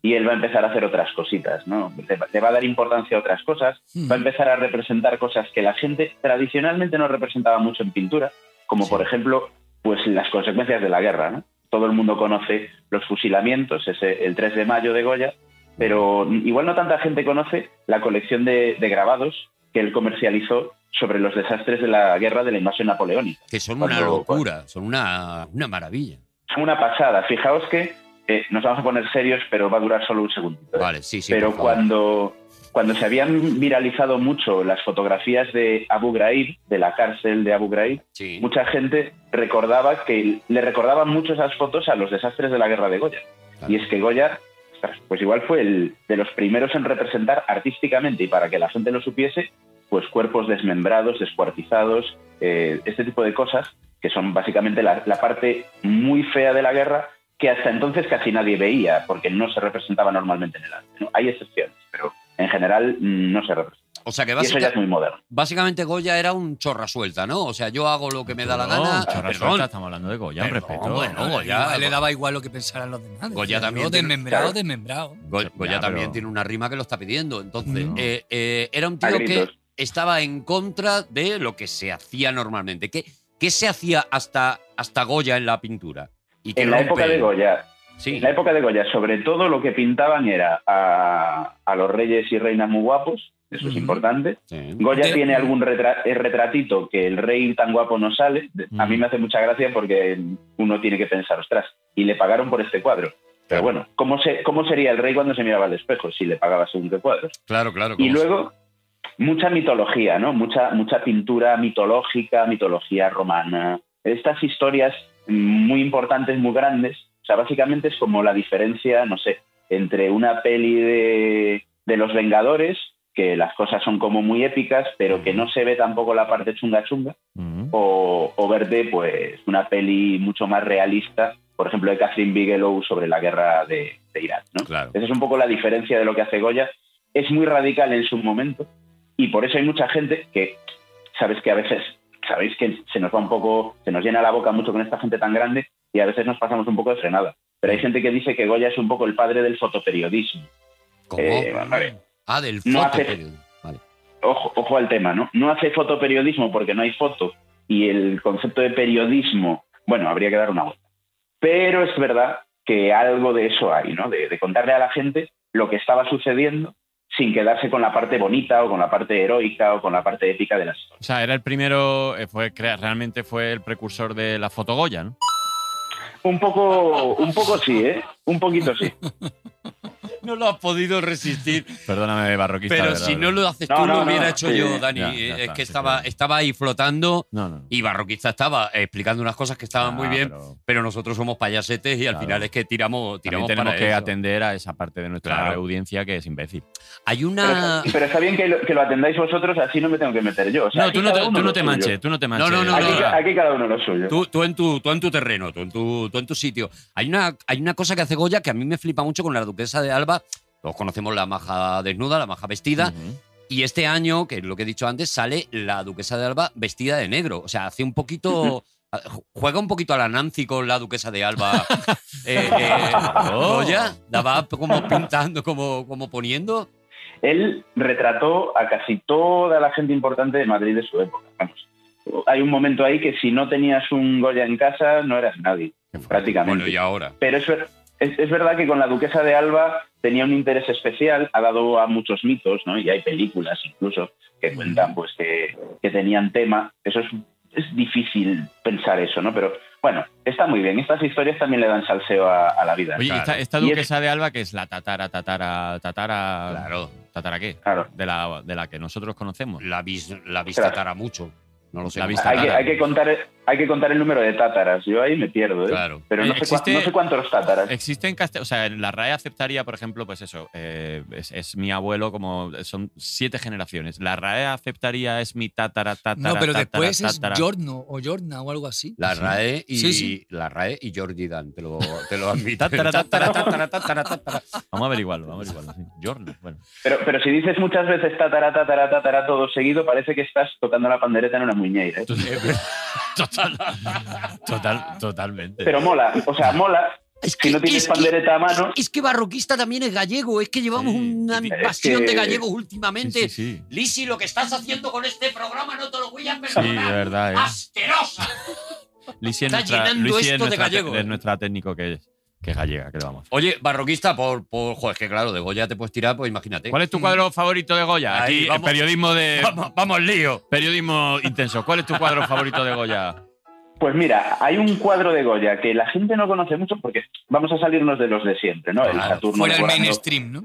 y él va a empezar a hacer otras cositas, ¿no? Le va- le va a dar importancia a otras cosas, va a
Mm.
empezar a representar cosas que la gente tradicionalmente no representaba mucho en pintura, como
Sí.
por ejemplo, pues las consecuencias de la guerra, ¿no? Todo el mundo conoce los fusilamientos, ese, el 3 de mayo de Goya, pero igual no tanta gente conoce la colección de, de grabados que él comercializó sobre los desastres de la guerra de la invasión napoleónica
Que son una
Cuando-
locura, son una, una maravilla.
una pasada. Fijaos que eh, nos vamos a poner serios, pero va a durar solo un segundito. ¿eh?
Vale, sí, sí.
pero
por favor.
cuando, cuando se habían viralizado mucho las fotografías de Abu Ghraib, de la cárcel de Abu Ghraib,
Sí.
mucha gente recordaba que le recordaban mucho esas fotos a los desastres de la guerra de Goya.
Claro.
Y es que Goya ostras, pues igual fue el de los primeros en representar artísticamente y para que la gente lo supiese, pues cuerpos desmembrados, descuartizados, eh, este tipo de cosas, que son básicamente la, la parte muy fea de la guerra, que hasta entonces casi nadie veía, porque no se representaba normalmente en el arte. ¿no? Hay excepciones, pero en general mm, no se representa.
O sea que
Y eso ya
básica-
es muy moderno.
básicamente Goya era un chorra suelta, ¿no? O sea, yo hago lo que me da la
No,
gana.
chorra
Perdón.
suelta, estamos hablando de Goya, un
Perdón,
respeto.
bueno,
¿no?
Goya,
Igual le daba igual lo que pensaran los demás.
Goya
Decía,
también
yo
tiene-
Desmembrado,
Claro.
desmembrado.
Go- Goya
Ya,
también
pero-
tiene una rima que lo está pidiendo. Entonces,
No.
eh, eh, era un
A
tío que
gritos.
estaba en contra de lo que se hacía normalmente. ¿Qué, qué se hacía hasta, hasta Goya en la pintura? Y que
En la
rompe
época de
él.
Goya,
Sí.
En la época de Goya, sobre todo lo que pintaban era a, a los reyes y reinas muy guapos, eso es
Ujú.
importante.
Sí.
Goya
De-
tiene algún retra- eh, retratito que el rey tan guapo no sale. De- A mí
Ujú.
me hace mucha gracia porque uno tiene que pensar, ostras, y le pagaron por este cuadro. Pero bueno, ¿cómo, se- ¿cómo sería el rey cuando se miraba al espejo si le pagaba según qué cuadro?
Claro, claro.
Y
como-
luego, mucha mitología, ¿no? Mucha, mucha pintura mitológica, mitología romana. Estas historias muy importantes, muy grandes. O sea, básicamente es como la diferencia, no sé, entre una peli de, de los Vengadores, que las cosas son como muy épicas, pero que no se ve tampoco la parte chunga chunga,
Mm.
o, o verte, pues, una peli mucho más realista, por ejemplo, de Catherine Bigelow sobre la guerra de, de Irak, ¿no?
Claro.
Esa es un poco la diferencia de lo que hace Goya. Es muy radical en su momento y por eso hay mucha gente que, sabes que a veces, sabéis que se nos va un poco, se nos llena la boca mucho con esta gente tan grande y a veces nos pasamos un poco de frenada. Pero hay gente que dice que Goya es un poco el padre del fotoperiodismo.
¿Cómo?
Eh, vale.
Ah, del
No
foto.
hace-
period- Vale.
Ojo, ojo al tema, ¿no? No hace fotoperiodismo porque no hay foto y el concepto de periodismo, bueno, habría que dar una vuelta. Pero es verdad que algo de eso hay, ¿no? De, de contarle a la gente lo que estaba sucediendo sin quedarse con la parte bonita o con la parte heroica o con la parte épica de la historia.
O sea, era el primero, eh, fue, crea- realmente fue el precursor de la foto Goya, ¿no?
Un poco, un poco sí, ¿eh? Un poquito sí.
No lo has podido resistir.
Perdóname, barroquista. de
Pero
verdad,
si
de
no
verdad.
lo haces
No,
tú,
no,
lo
no,
hubiera
no,
hecho
sí.
yo, Dani.
Ya, ya
Eh, es
está,
que
sí,
estaba,
sí.
estaba ahí flotando
No, no.
y Barroquista estaba explicando unas cosas que estaban muy
Ah,
bien, pero,
pero
nosotros somos payasetes y al
Claro.
final es que tiramos,
También
tiramos
tenemos
para
que
eso.
atender a esa parte de nuestra
Claro.
audiencia que es imbécil.
Hay
Pero,
una...
pero está bien que lo, que lo atendáis vosotros, así no me tengo que meter yo. O sea,
No,
aquí
tú no, te,
cada uno
tú no
lo
te
suyo.
manches, tú no te manches.
no, no,
Aquí,
no, no.
aquí cada uno lo suyo.
Tú, tú en tu, tú en tu terreno, tú en tu, tú en tu sitio. Hay una, hay una cosa que hace Goya que a mí me flipa mucho con la duquesa de Alba. Todos conocemos la maja desnuda, la maja vestida.
Mm.
Ujú.
Y este año, que es lo que he dicho antes, sale la duquesa de Alba vestida de negro. O sea, hace un poquito. Juega un poquito a la Nancy con la duquesa de Alba. eh, eh,
Oh.
Goya, la va como pintando, como, como poniendo.
él retrató a casi toda la gente importante de Madrid de su época. Vamos. Hay un momento ahí que si no tenías un Goya en casa, no eras nadie, prácticamente.
Bueno, y ahora.
Pero es, ver- es- es verdad que con la duquesa de Alba tenía un interés especial, ha dado a muchos mitos, ¿no? Y hay películas incluso que cuentan pues que, que tenían tema. Eso es, es difícil pensar eso, ¿no? Pero bueno, está muy bien. Estas historias también le dan salseo a, a la vida.
Oye, y esta, esta
Y es-
duquesa de Alba, que es la tatara, tatara, tatara.
Claro.
¿Tatara qué?
Claro.
De la, de la que nosotros conocemos.
La, vis, la vista
Claro.
tara mucho. No lo sé.
La
cómo
vista
estará.
Hay que,
Tatara.
hay que contar, hay que contar el número de tátaras. Yo ahí me pierdo, ¿eh?
Claro.
Pero no,
Eh,
sé cua-
existe- Eh.
no sé cuántos tátaras.
Existe en castellano, o sea, en la RAE aceptaría, por ejemplo, pues eso, eh, es, es mi abuelo como, son siete generaciones. La RAE aceptaría es mi tatara, tatara,
No, pero
tatara,
después es
tatara.
Giorno o Jorna o algo así.
La RAE y
Sí, sí.
la RAE y Jordi Dan, te lo, te lo admito.
Tatara, tatara, tatara, tatara, tatara. Vamos a averiguarlo, vamos a averiguarlo. sí. Giorno, bueno.
Pero, pero si dices muchas veces tatara, tatara, tatara todo seguido, parece que estás tocando la pandereta en una muñeira. ¿eh?
Total, total, totalmente.
Pero mola, o sea, mola.
Es
Si no tienes pandereta a mano,
es que barroquista también es gallego, es que llevamos
Sí,
una
sí, sí.
invasión
Es que-
de gallegos
Sí,
últimamente.
sí, sí.
Lisi, lo que estás haciendo con este programa no te lo voy a
Sí,
perdonar.
de verdad,
Ah,
¿eh?
¡Asquerosa!
Lisi es
Está
nuestra,
llenando
Lisi
esto
es
de
nuestra,
gallego,
es
¿eh?
nuestra técnico que es, que es gallega, que lo vamos.
Oye, barroquista, por, por. Joder, es que claro, de Goya te puedes tirar, pues imagínate.
¿Cuál es tu cuadro favorito de Goya?
Ahí,
Aquí, el
vamos.
periodismo de.
Vamos, vamos al lío.
Periodismo intenso. ¿Cuál es tu cuadro favorito de Goya?
pues mira, hay un cuadro de Goya que la gente no conoce mucho porque vamos a salirnos de los de siempre, ¿no? El
Claro,
Saturno
Fuera el
devorando-
mainstream, ¿no?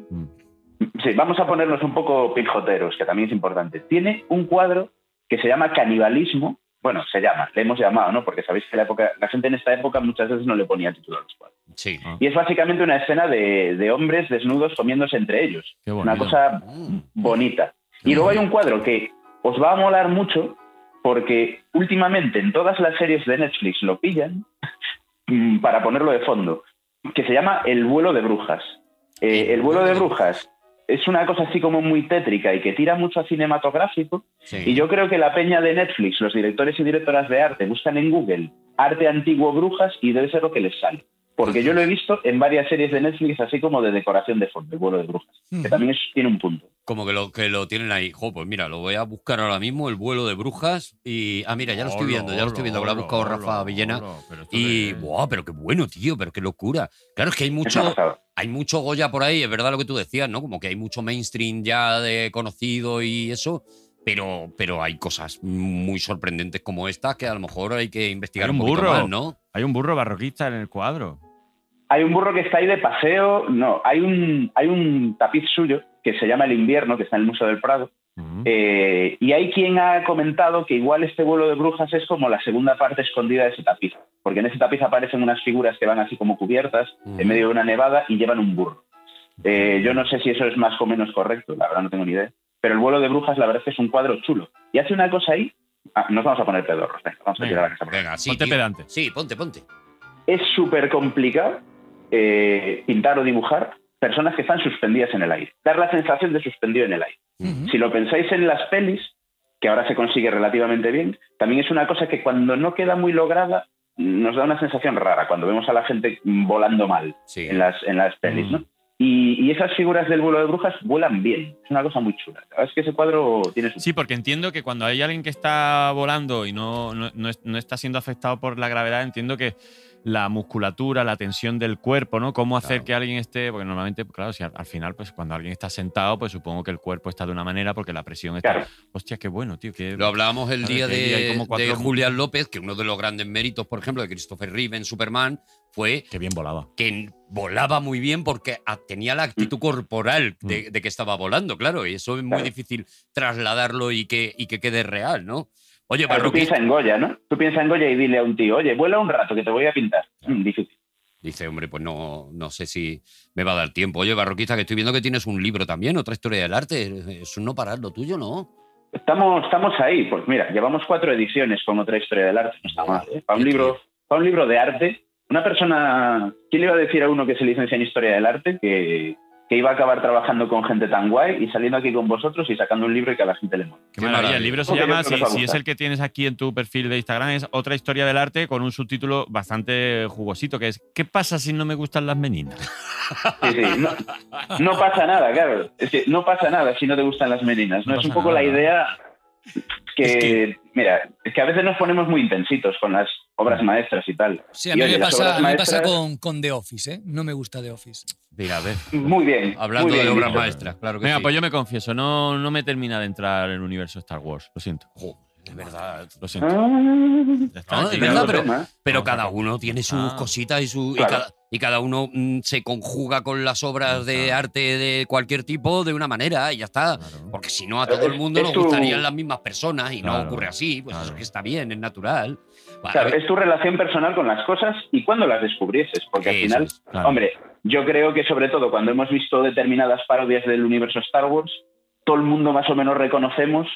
Sí, vamos a ponernos un poco pijoteros, que también es importante. Tiene un cuadro que se llama Canibalismo, bueno, se llama, le hemos llamado, ¿no? Porque sabéis que la, época, la gente en esta época muchas veces no le ponía título a los cuadros.
Sí.
Y es básicamente una escena de, de hombres desnudos comiéndose entre ellos.
Qué
Una
bonito.
cosa bonita. Y luego hay un cuadro que os va a molar mucho porque últimamente en todas las series de Netflix lo pillan mm, para ponerlo de fondo, que se llama El vuelo de brujas. Eh, el vuelo de brujas es una cosa así como muy tétrica y que tira mucho a cinematográfico,
sí.
y yo creo que la peña de Netflix, los directores y directoras de arte, buscan en Google arte antiguo brujas y debe ser lo que les sale. Porque yo lo he visto en varias series de Netflix, así como de decoración de fondo, el vuelo de brujas, que también es- tiene un punto.
Como que lo, que lo tienen ahí. Jo, pues mira, lo voy a buscar ahora mismo, el vuelo de brujas. Y. Ah, mira, ya lo estoy
Olo,
viendo, ya lo estoy viendo. que Lo ha
olo,
buscado
olo,
Rafa
olo,
Villena.
olo, pero esto
Y.
de-
¡Buah! Pero qué bueno, tío, pero qué locura. Claro, es que hay
Es una
mucho.
pasada.
Hay mucho Goya por ahí, es verdad lo que tú decías, ¿no? Como que hay mucho mainstream ya de conocido y eso. Pero, pero hay cosas muy sorprendentes como estas que a lo mejor hay que investigar
Hay
un
un
poquito
burro.
más, ¿no?
Hay un burro barroquista en el cuadro.
Hay un burro que está ahí de paseo, no, hay un, hay un tapiz suyo que se llama El invierno, que está en el Museo del Prado,
Mm.
Eh, y hay quien ha comentado que igual este vuelo de brujas es como la segunda parte escondida de ese tapiz, porque en ese tapiz aparecen unas figuras que van así como cubiertas
Ujú.
en medio de una nevada y llevan un burro. Eh, yo no sé si eso es más o menos correcto, la verdad no tengo ni idea, pero el vuelo de brujas la verdad es que es un cuadro chulo. Y hace una cosa ahí, ah, nos vamos a poner pedorros, venga, vamos a
Venga,
tirar a la casa. por
Venga, sí.
Ponte
tío.
pedante.
Sí, ponte, ponte.
es súper complicado eh, pintar o dibujar personas que están suspendidas en el aire, dar la sensación de suspendido en el aire.
Ujú.
Si lo pensáis en las pelis, que ahora se consigue relativamente bien, también es una cosa que cuando no queda muy lograda nos da una sensación rara cuando vemos a la gente volando mal
Sí.
en las, en las pelis, ¿no? Y, y esas figuras del vuelo de brujas vuelan bien, es una cosa muy chula. La verdad es que ese cuadro tiene su...
Sí, porque entiendo que cuando hay alguien que está volando y no, no- no es- no está siendo afectado por la gravedad, entiendo que la musculatura, la tensión del cuerpo, ¿no? Cómo hacer
Claro.
que alguien esté, porque normalmente, pues, claro, si al, al final, pues cuando alguien está sentado, pues supongo que el cuerpo está de una manera porque la presión está.
Claro.
Hostia, qué bueno, tío. Qué,
Lo hablábamos el
Claro,
día
que ahí hay
de,
como cuatro-
de Julián López, que uno de los grandes méritos, por ejemplo, de Christopher Reeve en Superman fue
qué bien volaba.
que volaba muy bien porque a- tenía la
Mm.
actitud corporal de, de que estaba volando, claro, y eso es muy
Claro.
difícil trasladarlo y que, y que quede real, ¿no? Oye,
Claro, tú
Barroquista,
piensas en Goya, ¿no? Tú piensas en Goya y dile a un tío, oye, vuela un rato que te voy a pintar. Mm, difícil.
dice, hombre, pues no, no sé si me va a dar tiempo. Oye, Barroquista, que estoy viendo que tienes un libro también, otra historia del arte, es un no parar lo tuyo, ¿no?
Estamos, estamos ahí, pues mira, llevamos cuatro ediciones con otra historia del arte, no está mal. ¿eh? Para, un
Qué
libro, para un libro de arte, una persona, ¿quién le iba a decir a uno que se licencia en historia del arte que, que iba a acabar trabajando con gente tan guay y saliendo aquí con vosotros y sacando un libro y que a la gente le mola?
Qué maravilla. El libro se
Porque yo
llama,
creo que os
si,
va a
si es
gustar.
el que tienes aquí en tu perfil de Instagram, es Otra historia del arte con un subtítulo bastante jugosito, que es ¿Qué pasa si no me gustan las meninas?
Sí, sí, no, no pasa nada, claro. Es que no pasa nada si no te gustan las meninas. ¿no?
No
es un
pasa
poco la
nada.
idea que,
Es
mira, es que a veces nos ponemos muy intensitos con las obras maestras y tal.
Sí, a
Y
mí
oye,
me
las
pasa,
obras
a mí me pasa
maestras-
con, con The Office, ¿eh? No me gusta The Office.
Mira, a ver,
Muy bien.
hablando
muy bien
de obras
dicho.
maestras, claro que
Venga,
sí.
pues yo me confieso, no, no me termina de entrar el universo Star Wars, lo siento.
Jo, es verdad.
Lo siento.
Ah,
Ya está,
No, es
ya
verdad,
lo-
pero,
tema, ¿eh?
pero
Vamos a
cada
ver.
uno tiene sus
Ah.
cositas y, su, y
Claro.
cada, y cada uno mm, se conjuga con las obras de
Ajá.
arte de cualquier tipo de una manera y ya está.
Claro.
Porque si no, a
Pero
todo el
es-
mundo
es
nos
tu-
gustarían las mismas personas y no
Claro,
ocurre así. Pues eso
claro.
es que está bien, es natural. Vale,
Claro, es tu relación personal con las cosas y cuándo las descubrieses, porque al
eso
final,
es.
Claro.
hombre, yo creo que sobre todo cuando hemos visto determinadas parodias del universo Star Wars, todo el mundo más o menos reconocemos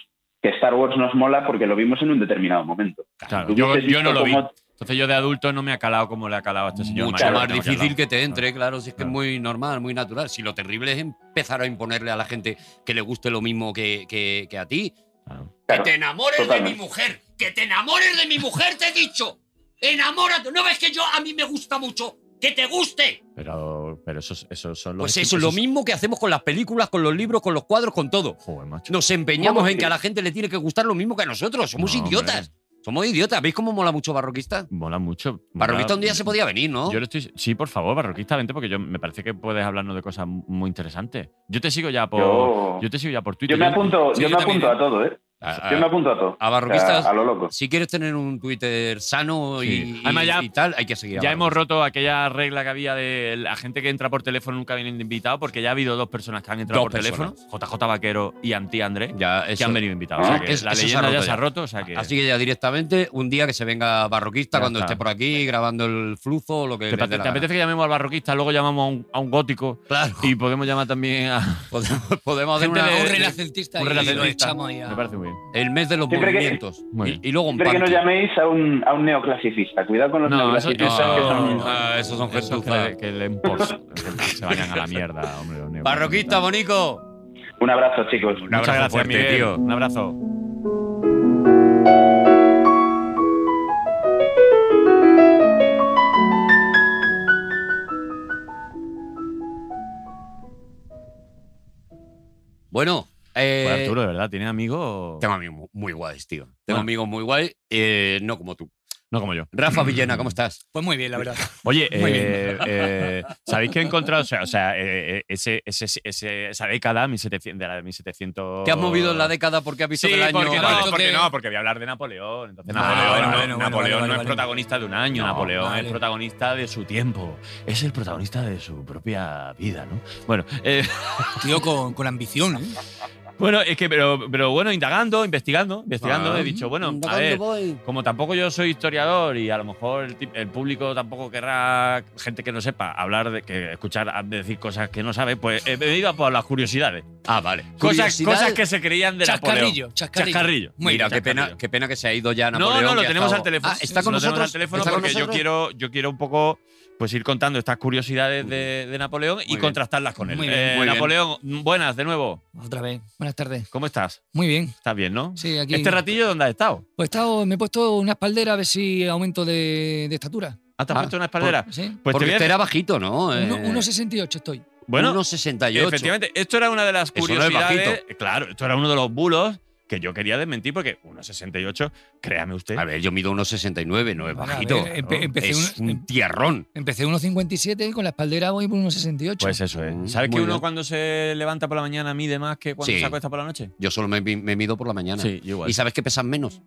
que Star Wars nos mola porque lo vimos en un determinado momento.
Claro,
Tú
yo,
hubieses
yo no
visto
lo vi.
cómo-
Entonces yo de adulto no me ha calado como le ha calado a este señor.
mucho
mayor
más
que me ha
difícil
calado.
que te entre, claro, si es que
Claro.
es muy normal, muy natural. Si lo terrible es empezar a imponerle a la gente que le guste lo mismo que, que- que a ti.
Claro.
Claro.
que te enamores de
totalmente.
mi mujer, que te enamores de mi mujer, te he dicho. Enamórate. No ves que yo a mí me gusta mucho. Que te guste.
Pero, pero esos, esos son los.
Pues eso es lo mismo que hacemos con las películas, con los libros, con los cuadros, con todo.
Joder, macho.
Nos empeñamos
¿Cómo
en
que?
que a la gente le tiene que gustar lo mismo que a nosotros. Somos
No, hombre.
idiotas. Somos idiotas. ¿Veis cómo mola mucho Barroquista?
Mola mucho. mola-
Barroquista un día se podía venir, ¿no?
Yo le estoy. Sí, por favor, barroquista, vente, porque yo me parece que puedes hablarnos de cosas muy interesantes. Yo te sigo ya por.
Yo-
Yo, te sigo ya por Twitter. ¿eh?
Yo me apunto,
Sí,
yo
yo
me
también,
apunto
¿eh?
a todo, ¿eh?
A-
Yo me
a-
apunto a todo.
a
O sea,
Barroquistas,
a lo loco.
si quieres tener un Twitter sano y,
Sí.
y-
Además, ya-
y tal, hay que seguir. a
Ya hemos
Barroquistas.
roto aquella regla que había de la gente que entra por teléfono nunca viene invitado, porque ya ha habido dos personas que han entrado
Dos
por teléfono, JJ Vaquero y Antí Andrés,
Ya,
que
eso-
han venido invitados.
Ah,
O sea que
es-
la
eso se ha
leyenda ya
roto
se
ya.
ha roto, o sea que
Así que ya directamente, un día que se venga barroquista
Ya
cuando
está.
esté por aquí grabando el flujo o lo que.
¿Te,
les dé la
apete- te
gana.
apetece que llamemos al barroquista, luego llamamos a un, a un gótico
Claro.
y podemos llamar también a.
Podemos, podemos hacer
Gente
una-
de-
un renacentista
un
y lo
renacentista.
echamos ahí a-
Me parece muy bien.
el mes de los
Siempre que-
movimientos.
Muy
Y,
bien.
y luego un
Siempre que no
party.
llaméis a un, a un neoclasicista. Cuidado con los
No, eso,
neoclasicistas
eso-
que son.
ah, esos son
esos que
gentuza.
le- que leen por- que se vayan a la mierda, hombre. los neocomunistas.
Barroquista, Bonico.
Un abrazo, chicos.
Un
Muchas
abrazo
gracias,
fuerte,
Miguel.
tío.
Un abrazo.
Bueno, eh,
Pues Arturo, de verdad, ¿tienes amigos?
tengo amigos mu- muy guays, tío. Tengo
Bueno.
amigos muy guays, eh, no como tú.
No como yo.
Rafa Villena, ¿cómo estás?
Pues muy bien, la verdad.
Oye,
Muy
eh, eh, ¿sabéis que he encontrado? O sea, o sea, eh, eh, ese, ese- ese- esa década, 1700, de la 1700.
¿Te has movido en la década porque has visto
Oh. Sí,
que el año
porque
vale.
no, porque no, porque voy a hablar de Napoleón. Entonces,
Ah,
Napoleón,
bueno,
no-
bueno, bueno,
Napoleón
vale,
no
vale,
es
vale.
protagonista de un año,
No,
Napoleón
vale.
es protagonista de su tiempo. Es el protagonista de su propia vida, ¿no? Bueno, eh,
Tío, con, con ambición, ¿eh?
bueno, es que, pero, pero bueno, indagando, investigando, investigando,
Ah.
he dicho, bueno, a
¿Dónde
ver,
voy?
como tampoco yo soy historiador y a lo mejor el, tip- el público tampoco querrá gente que no sepa hablar de que escuchar a- decir cosas que no sabe, pues eh, me iba por las curiosidades.
Ah, vale.
Cosas,
Curiosidad.
cosas que se creían de Napoleón.
Chascarrillo, chascarrillo.
Chascarrillo.
Muy
Mira,
bien.
qué pena, qué pena que se ha ido ya
No,
Napoleón.
no,
que
lo
ha
tenemos al
estado-
teléfono.
Ah, está
Sí,
con
lo tenemos
nosotros.
al teléfono
¿Está con
porque yo
nosotros?
quiero, yo quiero un poco pues ir contando estas curiosidades de, de Napoleón y
bien.
contrastarlas con él.
Muy bien,
Eh,
muy bien.
Napoleón, buenas de nuevo.
Otra vez. Buenas tardes.
¿Cómo estás?
Muy bien.
¿Estás bien, no?
Sí, aquí.
¿Este ratillo dónde has estado?
Pues he estado- me he puesto una espaldera a ver si aumento de, de estatura.
¿Ah, te has
Ah,
puesto una espaldera?
¿Sí?
Pues te
porque
voy a-
usted era bajito, ¿no? Eh,
Uno- 1,68 estoy.
Bueno,
1,68.
Efectivamente, esto era una de las
Eso no es
curiosidades. claro, esto era uno de los bulos que yo quería desmentir porque 1,68, créame usted.
A ver, yo mido 1,69, no es
Bueno, a
bajito.
ver, empe-
¿no?
empecé
es
un- em-,
un tierrón.
Empecé 1,57 y con la espaldera voy por 1,68.
Pues eso es.
Mm,
¿Sabes
muy
que uno
bien.
cuando se levanta por la mañana mide más que cuando
Sí.
se acuesta por la noche?
Yo solo me, me mido por la mañana.
yo
¿Y sabes que pesan menos?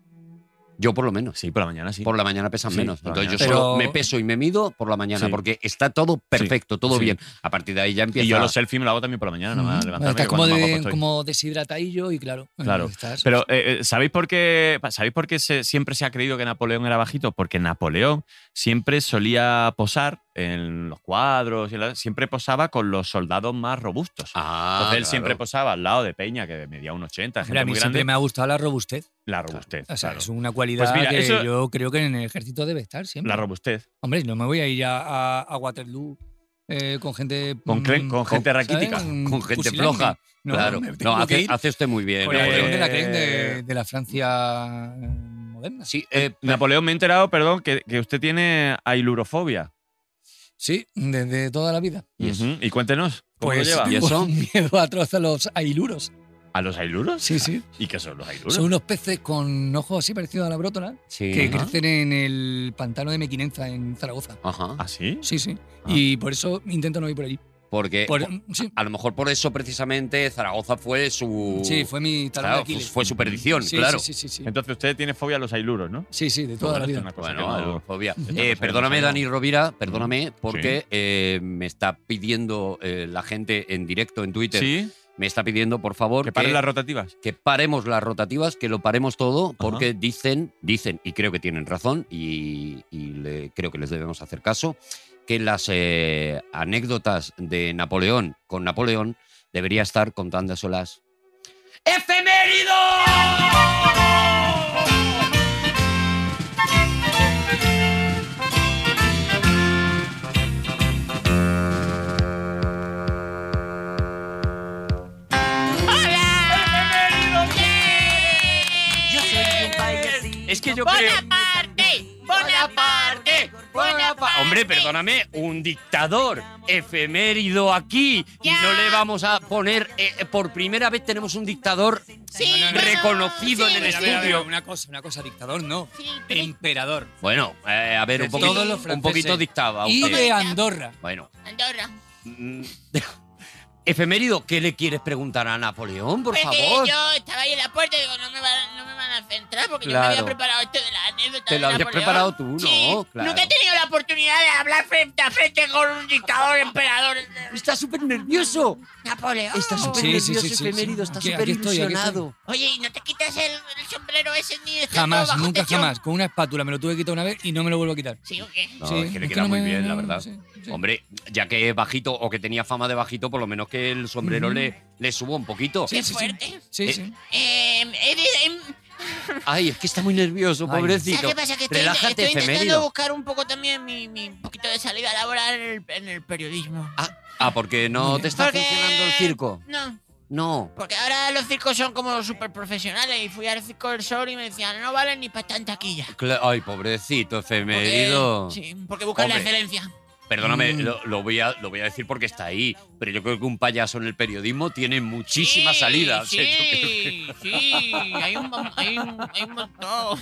Yo por lo menos.
Sí, por la mañana sí.
Por la mañana pesan
Sí,
menos.
por la
Entonces yo
mañana.
solo
Pero-
me peso y me mido por la mañana
Sí.
porque está todo perfecto, todo
sí.
bien. A partir de ahí ya empieza. Mm,
Y yo los selfies me lo hago también por la mañana, nada más
Ujú.
levantarme,
Estás
que
como,
cuando me
de,
acuesto pues estoy.
como deshidratadillo y claro.
Claro.
estás- pues,
Pero eh, eh, ¿sabéis por qué, pa- ¿sabéis por qué se- siempre se ha creído que Napoleón era bajito? Porque Napoleón siempre solía posar en los cuadros, y en la- siempre posaba con los soldados más robustos.
Ah,
Entonces él
claro.
siempre posaba al lado de Peña, que medía un 80,
Hombre, a
gente
mí
muy
siempre
grande,
me ha gustado la robustez.
la robustez.
O sea,
claro.
es una cualidad
Pues mira,
que
eso-
yo creo que en el ejército debe estar siempre.
La robustez.
Hombre, no me voy a ir ya a, a Waterloo eh, con gente.
Con clen- con gente raquítica,
Mm,
con gente
pusilánime.
floja.
No,
claro.
me tengo
No,
que
hace,
ir
hace usted muy bien.
con la
eh,
creen de
Napoleón.
la creen de, de la Francia eh, moderna.
Sí, eh,
Napoleón me he enterado, perdón, que, que usted tiene ailurofobia.
Sí, desde toda la vida.
Ujú, Y,
¿Y eso?
cuéntenos, ¿cómo
Pues
lo lleva?
¿y
tengo
eso?
un miedo atroz a los ailuros.
¿A los ailuros?
Sí, sí.
¿Y qué son los ailuros?
Son unos peces con ojos así parecidos a la brótola
sí,
que
ajá.
crecen en el pantano de Mequinenza, en Zaragoza.
Ajá.
¿Ah, sí?
Sí, sí.
Ah.
Y por eso intento no ir por allí.
Porque
Por- sí.
a lo mejor por eso precisamente Zaragoza fue su.
Sí, fue mi talón de
uh, Claro,
Aquiles.
fue su perdición,
Sí,
claro.
Sí, sí, sí, sí.
Entonces usted tiene fobia a los ailuros, ¿no?
Sí, sí, de toda la
Bueno, esto es
vida.
una cosa que
Bueno,
no-
fobia.
Esto no
Eh,
sabemos,
perdóname,
sabemos.
Dani Rovira, perdóname, porque eh, me está pidiendo eh, la gente en directo en Twitter,
Sí,
me está pidiendo, por favor,
que paren las rotativas.
que paremos las rotativas, que lo paremos todo, porque dicen, dicen, y creo que tienen razón, y, y le- creo que les debemos hacer caso, que las eh, anécdotas de Napoleón con Napoleón debería estar contándoselas. ¡Efemérido!
Yo soy un payasito.
Es que yo creo.
Bonaparte, Bonaparte.
Hombre, perdóname, un dictador efemérido aquí. Y
Ya.
no le vamos a poner. eh, por primera vez tenemos un dictador eh,
Sí,
No, no, no.
reconocido
sí,
en el
Mira, mira,
estudio.
mira, una cosa, una cosa, dictador no.
Sí, tres.
Emperador.
Bueno, eh, a ver, un
Sí,
poquito,
todos los
un poquito
franceses.
dictaba.
Y
usted.
de Andorra.
Bueno,
Andorra.
mm, Efemérido, ¿qué le quieres preguntar a Napoleón, por
Pues que
favor?
yo estaba ahí en la puerta y digo, no me van, no me van a centrar porque yo me
Claro.
había preparado esto de la anécdota.
Te
de
lo habías
Napoleón.
preparado tú, ¿no?
Sí,
Claro.
Nunca he tenido la oportunidad de hablar frente a frente con un dictador emperador.
Está súper nervioso.
Napoleón.
Está
Sí,
súper
sí,
nervioso,
sí, sí, sí.
efemérido. Está
Aquí-
súper
aquí estoy, aquí
ilusionado.
Oye, ¿y no te quitas el, el sombrero ese ni estás todo
Jamás,
bajo
nunca,
tensión?
jamás. Con una espátula me lo tuve que quitar una vez y no me lo vuelvo a quitar.
Sí, ¿o qué?
No,
Sí,
es que le
es que
queda
no
muy
me-
bien, la verdad.
sí, sí.
Hombre, ya que es bajito o que tenía fama de bajito, por lo menos que el sombrero le, le suba un poquito.
Qué
sí, sí.
fuerte.
Sí,
Eh,
sí.
Eh, he de- em,
Ay, es que está muy nervioso,
Ay.
pobrecito.
¿Sabes qué pasa? Que estoy,
Relájate,
estoy intentando
efemérido.
buscar un poco también mi, mi poquito de salida laboral en el, en el periodismo.
Ah, ah, porque no te está
Porque-
funcionando el circo.
No,
No.
porque ahora los circos son como súper profesionales y fui al circo del sol y me decían, no valen ni para tanta taquilla.
Cla- Ay, pobrecito,
Porque-
efemérido.
Sí, porque buscan la
Hombre.
excelencia.
Perdóname,
Mm.
lo, lo voy a, lo voy a decir porque está ahí, pero yo creo que un payaso en el periodismo tiene muchísima
Sí,
salida. O sea, yo creo que-
Sí, sí, hay un, mon- hay un, hay un montón.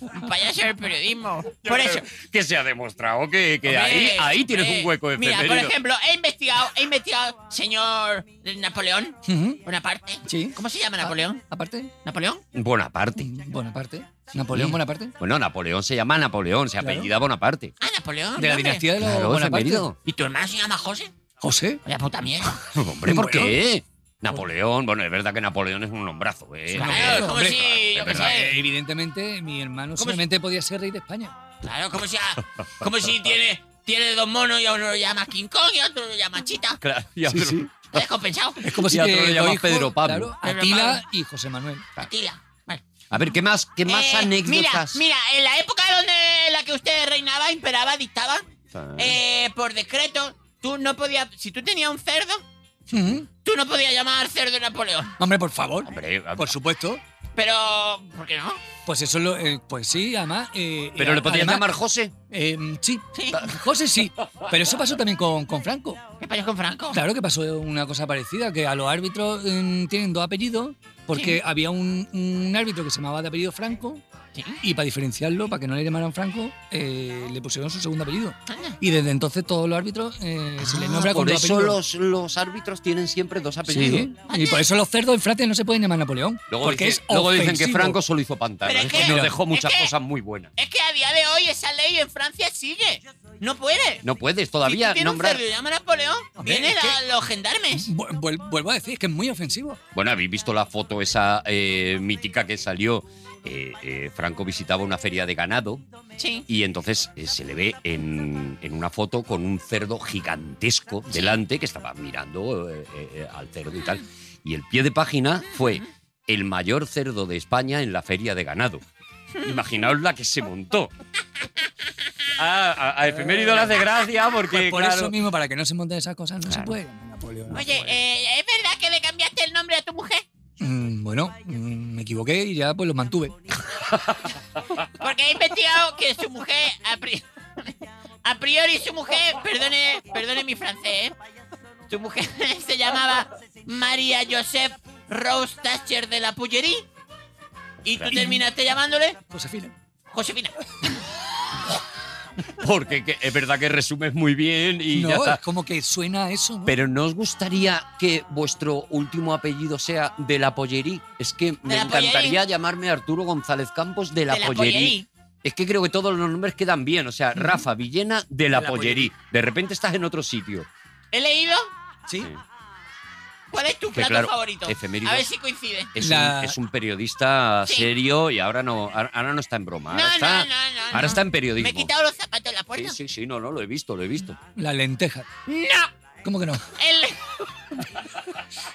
un payaso del periodismo. Por eso.
que se ha demostrado que, que
Hombre,
ahí, ahí tienes
hombre.
un hueco
Mira,
efemérido.
por ejemplo, he investigado, he investigado, señor Napoleón,
Ujú.
Bonaparte.
Sí. Ah.
¿Cómo se llama Napoleón?
Aparte,
¿Napoleón?
Bonaparte.
Bonaparte. Napoleón
Sí.
Bonaparte.
Bueno, Napoleón se llama Napoleón, se
Claro.
apellida Bonaparte.
Ah, Napoleón.
De la
hombre.
dinastía de los
Claro,
Bonaparte.
efemérido.
¿Y tu hermano se llama José?
José.
Vaya puta mierda.
Hombre, ¿por
Bueno.
qué? Napoleón, bueno, es verdad que Napoleón es un nombrazo, ¿eh?
Claro,
Napoleón,
como
hombre,
si,
es
yo qué
verdad.
sé.
Evidentemente, mi hermano
¿Cómo
solamente podía ser rey de España.
Claro, como si, ah, como si tiene, tiene dos monos y a uno lo llama King Kong y a otro lo llama Chita.
Claro, y a otro-
¿Te dejo pensado?
Es como si
Y a
te
otro le
dos
llamas
hijos,
Pedro Pablo.
claro,
Pedro
Atila
Pablo.
y José Manuel.
Atila. Vale.
A ver, ¿qué más, qué más
Eh,
anécdotas?
Mira, mira, en la época donde la que usted reinaba, imperaba, dictaba,
Ah.
eh, por decreto, tú no podías. Si tú tenías un cerdo,
Ujú.
tú no podías llamar al cerdo Napoleón.
Hombre, por favor.
Hombre,
Por supuesto.
Pero. ¿Por qué no?
Pues eso lo. eh, pues sí, además. eh,
pero
eh,
le podías
además,
llamar José.
eh, sí.
Sí.
José sí. Pero eso pasó también con, con Franco.
¿Qué pasó con Franco?
Claro que pasó una cosa parecida, que a los árbitros eh, tienen dos apellidos, porque
Sí.
había un, un árbitro que se llamaba de apellido Franco,
Sí.
y para diferenciarlo, para que no le llamaran Franco, eh, le pusieron su segundo apellido.
Anda.
Y desde entonces todos los árbitros eh, se les
Ah,
nombra con
por
dos
eso
apellidos.
los, los árbitros tienen siempre dos apellidos.
Sí, y por eso los cerdos en Francia no se pueden llamar Napoleón.
Luego,
porque
dicen,
es
luego dicen que
ofensivo.
Franco solo hizo pantanos,
Pero es
es que,
que-
nos dejó
es
muchas
que-
cosas muy buenas.
Es que a día de hoy esa ley en Francia sigue. No puede.
No puedes
si
todavía
tú tienes
nombrar.
un cerdo y llama Napoleón,
Hombre,
vienen
es
la- los gendarmes.
Vu- vuel- Vuelvo a decir, es que es muy ofensivo.
Bueno, habéis visto la foto esa eh, mítica que salió. Eh, eh, Franco visitaba una feria de ganado
Sí.
y entonces eh, se le ve en, en una foto con un cerdo gigantesco delante que estaba mirando eh, eh, eh, al cerdo y tal. Y el pie de página fue el mayor cerdo de España en la feria de ganado. Imaginaos la que se montó. Ah, a, a efemérido le hace gracia porque.
Pues Por
claro,
eso mismo, para que no se monten esas cosas, no se
Claro.
puede llamar Napoleón.
Oye, eh, ¿es verdad que le cambiaste el nombre a tu mujer?
Mm, bueno, mm, me equivoqué y ya pues lo mantuve.
Porque he investigado que su mujer, a pri- a priori, su mujer, perdone, perdone mi francés, ¿eh? su mujer se llamaba María Joseph Rose Thatcher de la Pullerie y tú terminaste llamándole
Josefina.
Josefina.
Porque que- es verdad que resumes muy bien y ya
No,
está.
es como que suena a eso, ¿no?
Pero ¿no os gustaría que vuestro último apellido sea de la Pollerí? Es que me
la
encantaría llamarme Arturo González Campos de la,
de la
Pollerí.
Pollerí.
Es que creo que todos los nombres quedan bien. O sea, Rafa Villena de la,
De la
Pollerí. De repente estás en otro sitio.
¿He leído?
Sí.
¿Cuál es tu
Que
plato
claro,
favorito?
efemérides.
A ver si coincide.
Es,
La-
un, es un periodista
Sí.
serio y ahora no, ahora ahora no está en broma. Ahora,
No,
está,
no, no, no,
ahora
no.
está en periodismo.
Me he quitado los zapatos en la
sí,
puerta.
sí, sí, no, no, lo he visto, lo he visto.
La lenteja.
No,
¿Cómo que no?
el-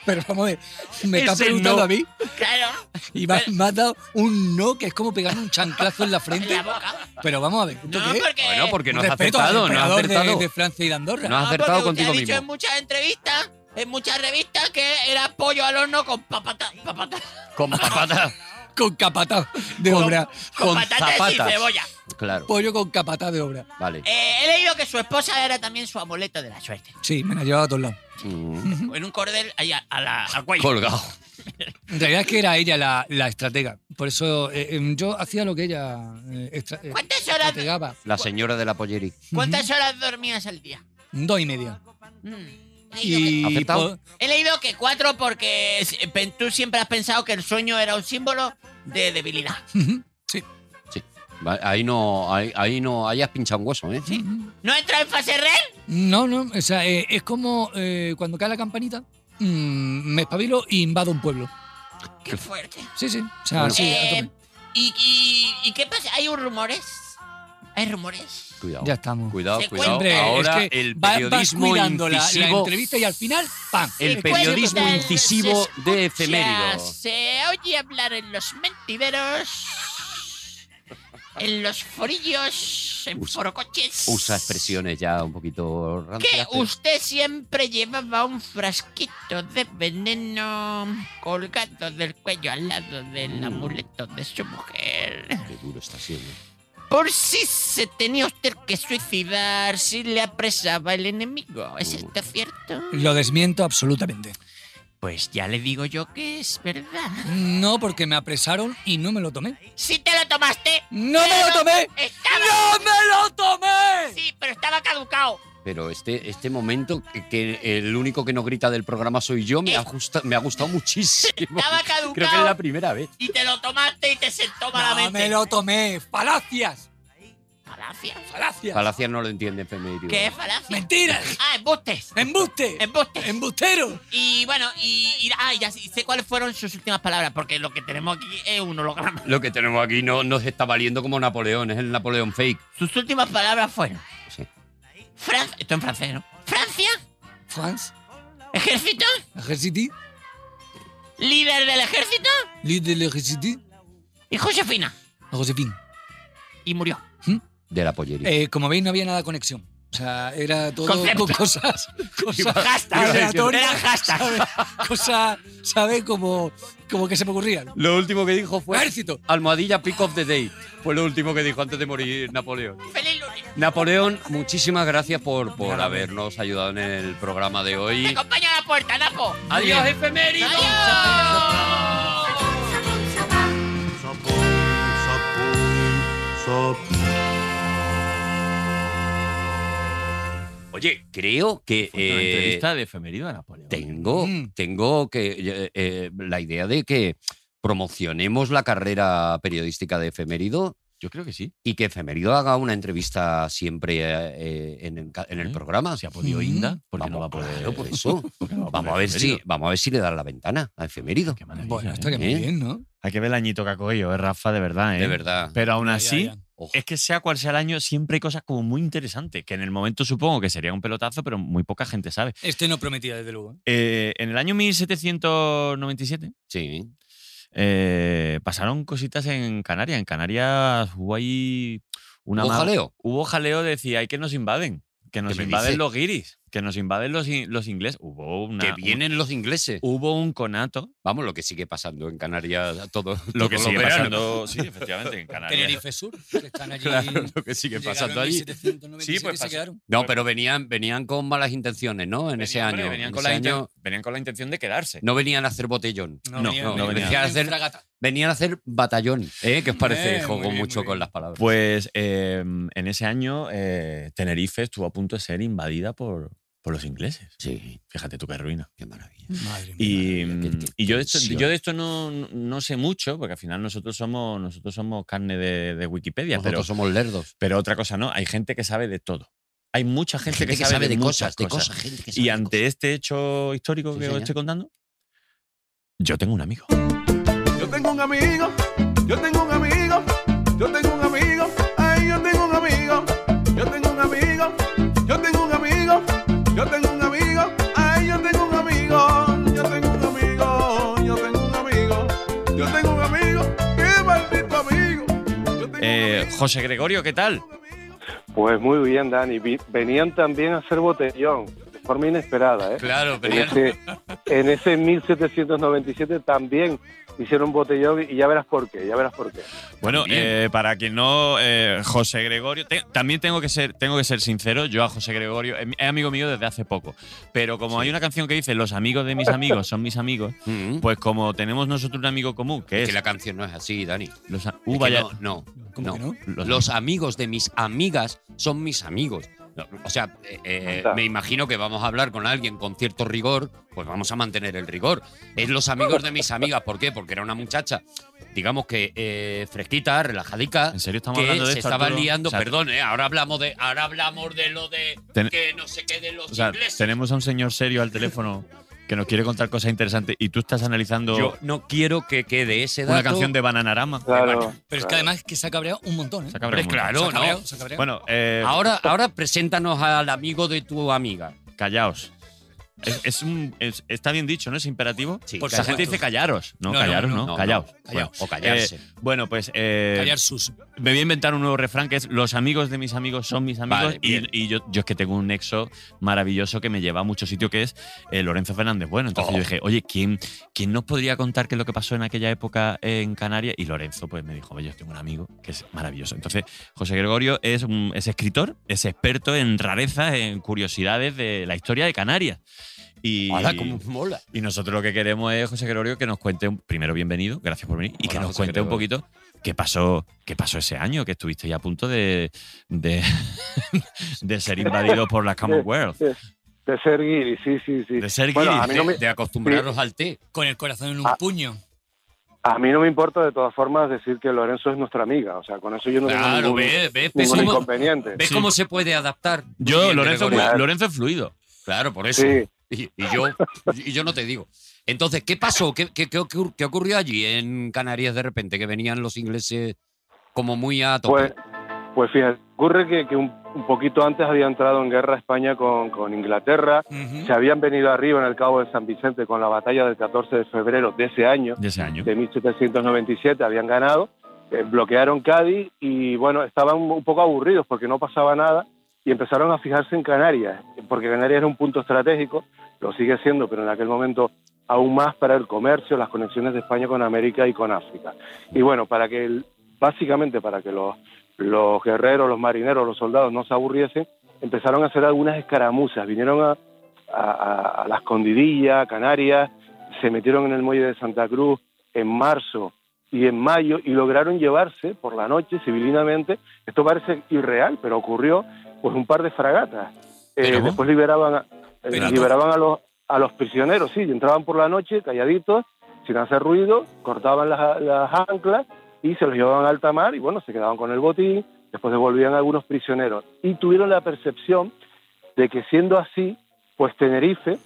Pero vamos a ver, me está
Ese
preguntando
no.
a mí
claro,
y me, me has dado un no que es como pegarme un chanclazo en la
en
frente.
la boca.
Pero vamos a ver, ¿esto
No,
qué es?
porque
Bueno, porque no has
Respeto al
acertado, no has
emperador de-
acertado.
De, Francia y de Andorra.
No has
Ah,
acertado
porque usted
contigo
ha dicho
mismo.
en muchas entrevistas, en muchas revistas, que era pollo al horno con papata, papata,
Con papata.
Con capataz de obra.
con,
Con
patatas
zapatas.
y cebolla.
Claro,
Pollo con capataz de obra.
vale.
Eh, he leído que su esposa era también su amuleto de la suerte.
Sí, me la llevaba a todos lados.
Eh.
Mm,
En un cordel ahí a, a la, al cuello.
Colgado.
En realidad es que era ella la, la estratega. Por eso eh, em, yo hacía lo que ella eh, estra- eh,
¿Cuántas horas,
estrategaba.
La señora de la Pollerí.
¿Cuántas horas dormías al día?
Dos y media.
Mm. leído
¿Ha
Y
aceptado?
po-
que- he leído que cuatro porque s- pen- tú siempre has pensado que el sueño era un símbolo de debilidad.
sí.
Va- Ahí no, ahí, ahí no, ahí has pinchado un hueso, ¿eh?
¿No entra en fase real?
No, no, o sea, eh, es como eh, cuando cae la campanita, mm, me espabilo y invado un pueblo.
Qué fuerte.
Sí, sí. O sea,
Bueno.
sí, a
Eh,
tope.
¿y, y, y qué pasa? ¿Hay un rumores? ¿Hay rumores?
Cuidado.
Ya estamos.
Cuidado,
Se
cuidado.
Hombre, es
Ahora
que
el
va- vas
periodismo
cuidando la- la,
incisivo.
entrevista y al final, ¡pam!
el
Se
periodismo
cuentan,
incisivo
se
de
escucha,
efeméridos.
Se oye hablar en los mentideros, en los forillos, en
Usa-
forocoches.
Usa expresiones ya un poquito
Que
rancias. pero-
usted siempre llevaba un frasquito de veneno colgado del cuello al lado
Mm.
del amuleto de su mujer.
Qué duro está siendo.
Por si se tenía usted que suicidar si le apresaba el enemigo. ¿Es esto cierto?
Lo desmiento absolutamente.
Pues ya le digo yo que es verdad.
No, porque me apresaron y no me lo tomé.
Si te lo tomaste.
¡No me
pero
lo tomé!
Estaba,
¡No me lo tomé!
Sí, pero estaba caducado.
Pero este, este momento, que, que el único que no grita del programa soy yo, me,
Eh.
ha, gusta- me ha gustado muchísimo.
Estaba
Creo que es la
caducado.
primera vez.
Y te lo tomaste y te sentó
No
malamente.
me lo tomé. Falacias,
¿Falacia?
falacias.
Palacias no lo entiende efemérido.
¿Qué es falacia?
Mentiras.
Ah, embustes.
Embuste.
Embustes.
Embustero.
Y bueno, y, y- ah, ya sé, sé cuáles fueron sus últimas palabras, porque lo que tenemos aquí es un holograma.
Lo que tenemos aquí no nos está valiendo como Napoleón, es el Napoleón fake.
Sus últimas palabras fueron.
Sí.
Francia. Esto en francés, ¿no? Francia,
France,
ejército,
Ejerciti,
líder del ejército
Lid del Ejerciti,
y Josefina.
Josefín.
Y murió.
De la pollería.
Eh, como veis, no había nada de conexión. O sea, era todo
Concepto.
con cosas. cosas
Hashtag.
aleatorias,
Eran hashtag.
¿sabes? Cosas, ¿sabes? Como, como que se me ocurrían.
Lo último que dijo
Ejército.
Almohadilla Pick of the Day. Fue lo último que dijo antes de morir Napoleón.
Feliz lunes.
Napoleón, muchísimas gracias por, por habernos ayudado en el programa de
Te
hoy.
acompaño a la puerta, Napo.
Adiós, efemérido.
¡Adiós!
Oye, creo que
Fue una
eh,
entrevista de efemérido a Napoleón.
tengo,
Mm.
tengo que eh, eh, la idea de que promocionemos la carrera periodística de efemérido
Yo creo que sí.
y que efemérido haga una entrevista siempre eh, en, el ca- en el
¿Eh?
programa.
Si ha podido
Mm.
Inda, porque no va a
Vamos,
poder.
claro, por eso.
porque no va
Vamos a ver
poder
si,
efemérido.
vamos a ver si le dan la ventana a efemérido.
Qué maravilla,
Bueno,
¿eh?
estaría
¿eh?
muy bien, ¿no?
Hay que ver el añito que ha cogido, eh, Rafa, de verdad, ¿eh?
De verdad.
Pero aún así,
Ya, ya.
Ojo.
es que sea cual sea el año, siempre hay cosas como muy interesantes, que en el momento supongo que sería un pelotazo, pero muy poca gente sabe.
Este no prometía, desde luego.
Eh, en el año 1797
Sí.
eh, pasaron cositas en Canarias. En Canarias hubo ahí una... ma-
Ojaleo.
Hubo jaleo de decir, hay que nos invaden. Que nos
me
invaden
dices?
los guiris, que nos invaden los, in- los ingleses. Hubo una...
que vienen los ingleses.
Hubo un conato
Vamos, lo que sigue pasando en Canarias todo
Lo que
todos los
sigue
veranos.
pasando, sí, efectivamente, en Canarias.
Tenerife Sur, que están allí.
Claro, lo que sigue
Llegaron
pasando
en
allí.
1797
Sí, pues
y se
pasó.
quedaron.
No, pero venían, venían con malas intenciones, ¿no? En ese año.
Venían
En
con,
ese
la inten-
año
venían con la intención de quedarse.
no venían a hacer botellón.
No, no, no venía.
en
Hacer-
fragata.
Venían a hacer batallón. ¿eh? ¿Qué os parece?
Eh, muy
Juego
bien, muy
mucho
bien.
con las palabras.
Pues eh, en ese año eh, Tenerife estuvo a punto de ser invadida por, por los ingleses.
sí,
Fíjate tú qué ruina.
qué maravilla.
Madre mía.
Y, mm,
Madre mía, qué- qué
y yo de esto,
tensión.
yo de esto no, no sé mucho, porque al final nosotros somos, nosotros somos carne de, de Wikipedia,
Nosotros
pero,
somos lerdos.
pero otra cosa no. Hay gente que sabe de todo. Hay mucha gente,
Gente
que, sabe de,
cosas,
muchas
de cosas, gente que sabe
Y
de
ante
cosas.
este hecho histórico
Sí,
que os
señor.
estoy contando, yo tengo un amigo.
Yo tengo un amigo, yo tengo un amigo, yo tengo un amigo, ay, yo tengo un amigo, yo tengo un amigo, yo tengo un amigo, yo tengo un amigo, ay, yo tengo un amigo, yo tengo un amigo, yo tengo un amigo, yo tengo un amigo, qué maldito amigo. Yo tengo un
Eh,
amigo,
José Gregorio, ¿qué tal?
Pues muy bien, Dani. Vi- Venían también a hacer botellón, de forma inesperada. ¿eh?
Claro,
En,
venían-
ese, en ese 1797 también hicieron botellón y ya verás por qué, ya verás por qué.
Bueno,
Bien.
eh, para quien no, eh, José Gregorio, te- también tengo que, ser, tengo que ser sincero, yo a José Gregorio es mi- es amigo mío desde hace poco, pero como hay una canción que dice, los amigos de mis amigos son mis amigos,
Mm.
pues como tenemos nosotros un amigo común, que
Es
es...
que la canción no es así, Dani.
los, a-
Es
Pues
que
uh, vaya-
no, no,
¿Cómo
no.
que no?
los-
Los amigos de mis amigas son mis amigos. No, O sea, eh, eh,
Está.
me imagino que vamos a hablar con alguien con cierto rigor, pues vamos a mantener el rigor. Es los amigos de mis amigas, ¿por qué? Porque era una muchacha, digamos que eh, fresquita, relajadica,
¿En serio estamos
que
hablando de
se
esto?
estaba
Arturo?
liando,
O sea,
perdón, eh, ahora hablamos de ahora hablamos de lo de
Ten-
que no se quede los
O sea,
ingleses.
tenemos a un señor serio al teléfono que nos quiere contar cosas interesantes y tú estás analizando
Yo no quiero que quede ese dato.
una canción de Bananarama.
Claro.
Pero es que
claro.
además que se ha cabreado un montón, ¿eh?
Se ha
Hombre,
cabreado
Se
claro,
un montón.
ha cabreado,
¿no?
se ha cabreado.
Bueno, eh,
Ahora, ahora preséntanos al amigo de tu amiga.
callaos. Es, es un, es- está bien dicho, ¿no? Es imperativo.
Sí,
Porque la
callaos.
gente dice callaros. No,
No, no,
callaros, no.
no,
no,
callaos.
no, callaos.
Bueno,
O callarse.
bueno, pues eh,
Callar sus.
me voy a inventar un nuevo refrán que es los amigos de mis amigos son mis amigos.
Vale, bien.
y y yo, yo es que tengo un nexo maravilloso que me lleva a muchos sitios, que es eh, Lorenzo Fernández Bueno. Entonces
Oh.
yo dije, oye, ¿quién, ¿quién nos podría contar qué es lo que pasó en aquella época en Canarias? Y Lorenzo pues me dijo, oye, yo tengo un amigo que es maravilloso. Entonces José Gregorio es, un- es escritor, es experto en rarezas, en curiosidades de la historia de Canarias. Y,
Ahora como mola.
y nosotros lo que queremos es, José Gregorio, que nos cuente, un- primero bienvenido, gracias por venir, y que
Hola,
nos
José
cuente un
Gregorio.
poquito qué pasó, qué pasó ese año, que estuviste ya a punto de, de, de ser invadido por la Commonwealth.
De ser guiri, sí, sí, sí.
De ser
Bueno,
guiri,
a mí, no me,
De, de acostumbrarnos al té.
Con el corazón en un
Ah.
puño.
a mí no me importa de todas formas decir que Lorenzo es nuestra amiga. O sea, con eso yo no tengo
Claro,
ningún,
ves, ves, ves
ningún
cómo,
inconveniente.
ves
Sí.
cómo se puede adaptar. Muy
Yo,
bien,
Lorenzo,
Gregorio.
Claro.
Lorenzo es fluido.
Claro, por eso.
Sí.
Y, y yo, y yo no te digo. Entonces, ¿qué pasó? ¿Qué, qué, qué ocur- qué ocurrió allí en Canarias de repente? Que venían los ingleses como muy a tope.
Pues, pues fíjate, ocurre que, que un, un poquito antes había entrado en guerra España con, con Inglaterra,
Ujú.
se habían venido arriba en el Cabo de San Vicente con la batalla del 14 de febrero de ese año,
De ese año.
de 1797, habían ganado, eh, bloquearon Cádiz y bueno, estaban un poco aburridos porque no pasaba nada y empezaron a fijarse en Canarias, porque Canarias era un punto estratégico, lo sigue siendo, pero en aquel momento aún más para el comercio, las conexiones de España con América y con África. Y bueno, para que el- básicamente para que los, los guerreros, los marineros, los soldados no se aburriesen, empezaron a hacer algunas escaramuzas, vinieron a, a, a- a la escondidilla, a Canarias, se metieron en el muelle de Santa Cruz en marzo y en mayo y lograron llevarse por la noche civilinamente, esto parece irreal, pero ocurrió, pues un par de fragatas. Eh,
¿Pero?
después liberaban a, eh,
Pero tú-
liberaban a los, a los prisioneros, sí, entraban por la noche calladitos, sin hacer ruido, cortaban las, las anclas y se los llevaban a alta mar y bueno, se quedaban con el botín, después devolvían a algunos prisioneros. Y tuvieron la percepción de que siendo así, pues Tenerife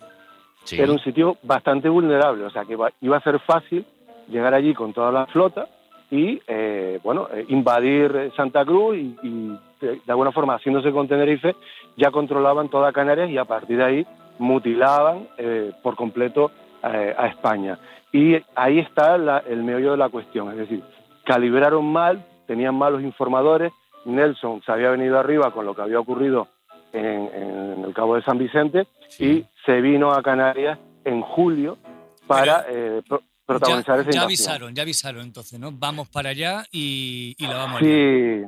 Sí.
era un sitio bastante vulnerable, o sea que iba, iba a ser fácil llegar allí con toda la flota y, eh, bueno, eh, invadir eh, Santa Cruz y, y, eh, de alguna forma, haciéndose con Tenerife, ya controlaban toda Canarias y a partir de ahí mutilaban eh, por completo eh, a España. Y ahí está la- el meollo de la cuestión, es decir, calibraron mal, tenían malos informadores, Nelson se había venido arriba con lo que había ocurrido en, en el Cabo de San Vicente y se vino a Canarias en julio para eh, pro- protagonizar
ya,
esa
ya
invasión.
avisaron, ya avisaron entonces, ¿no? Vamos para allá y, y la
Ah,
vamos a
Sí,
liar.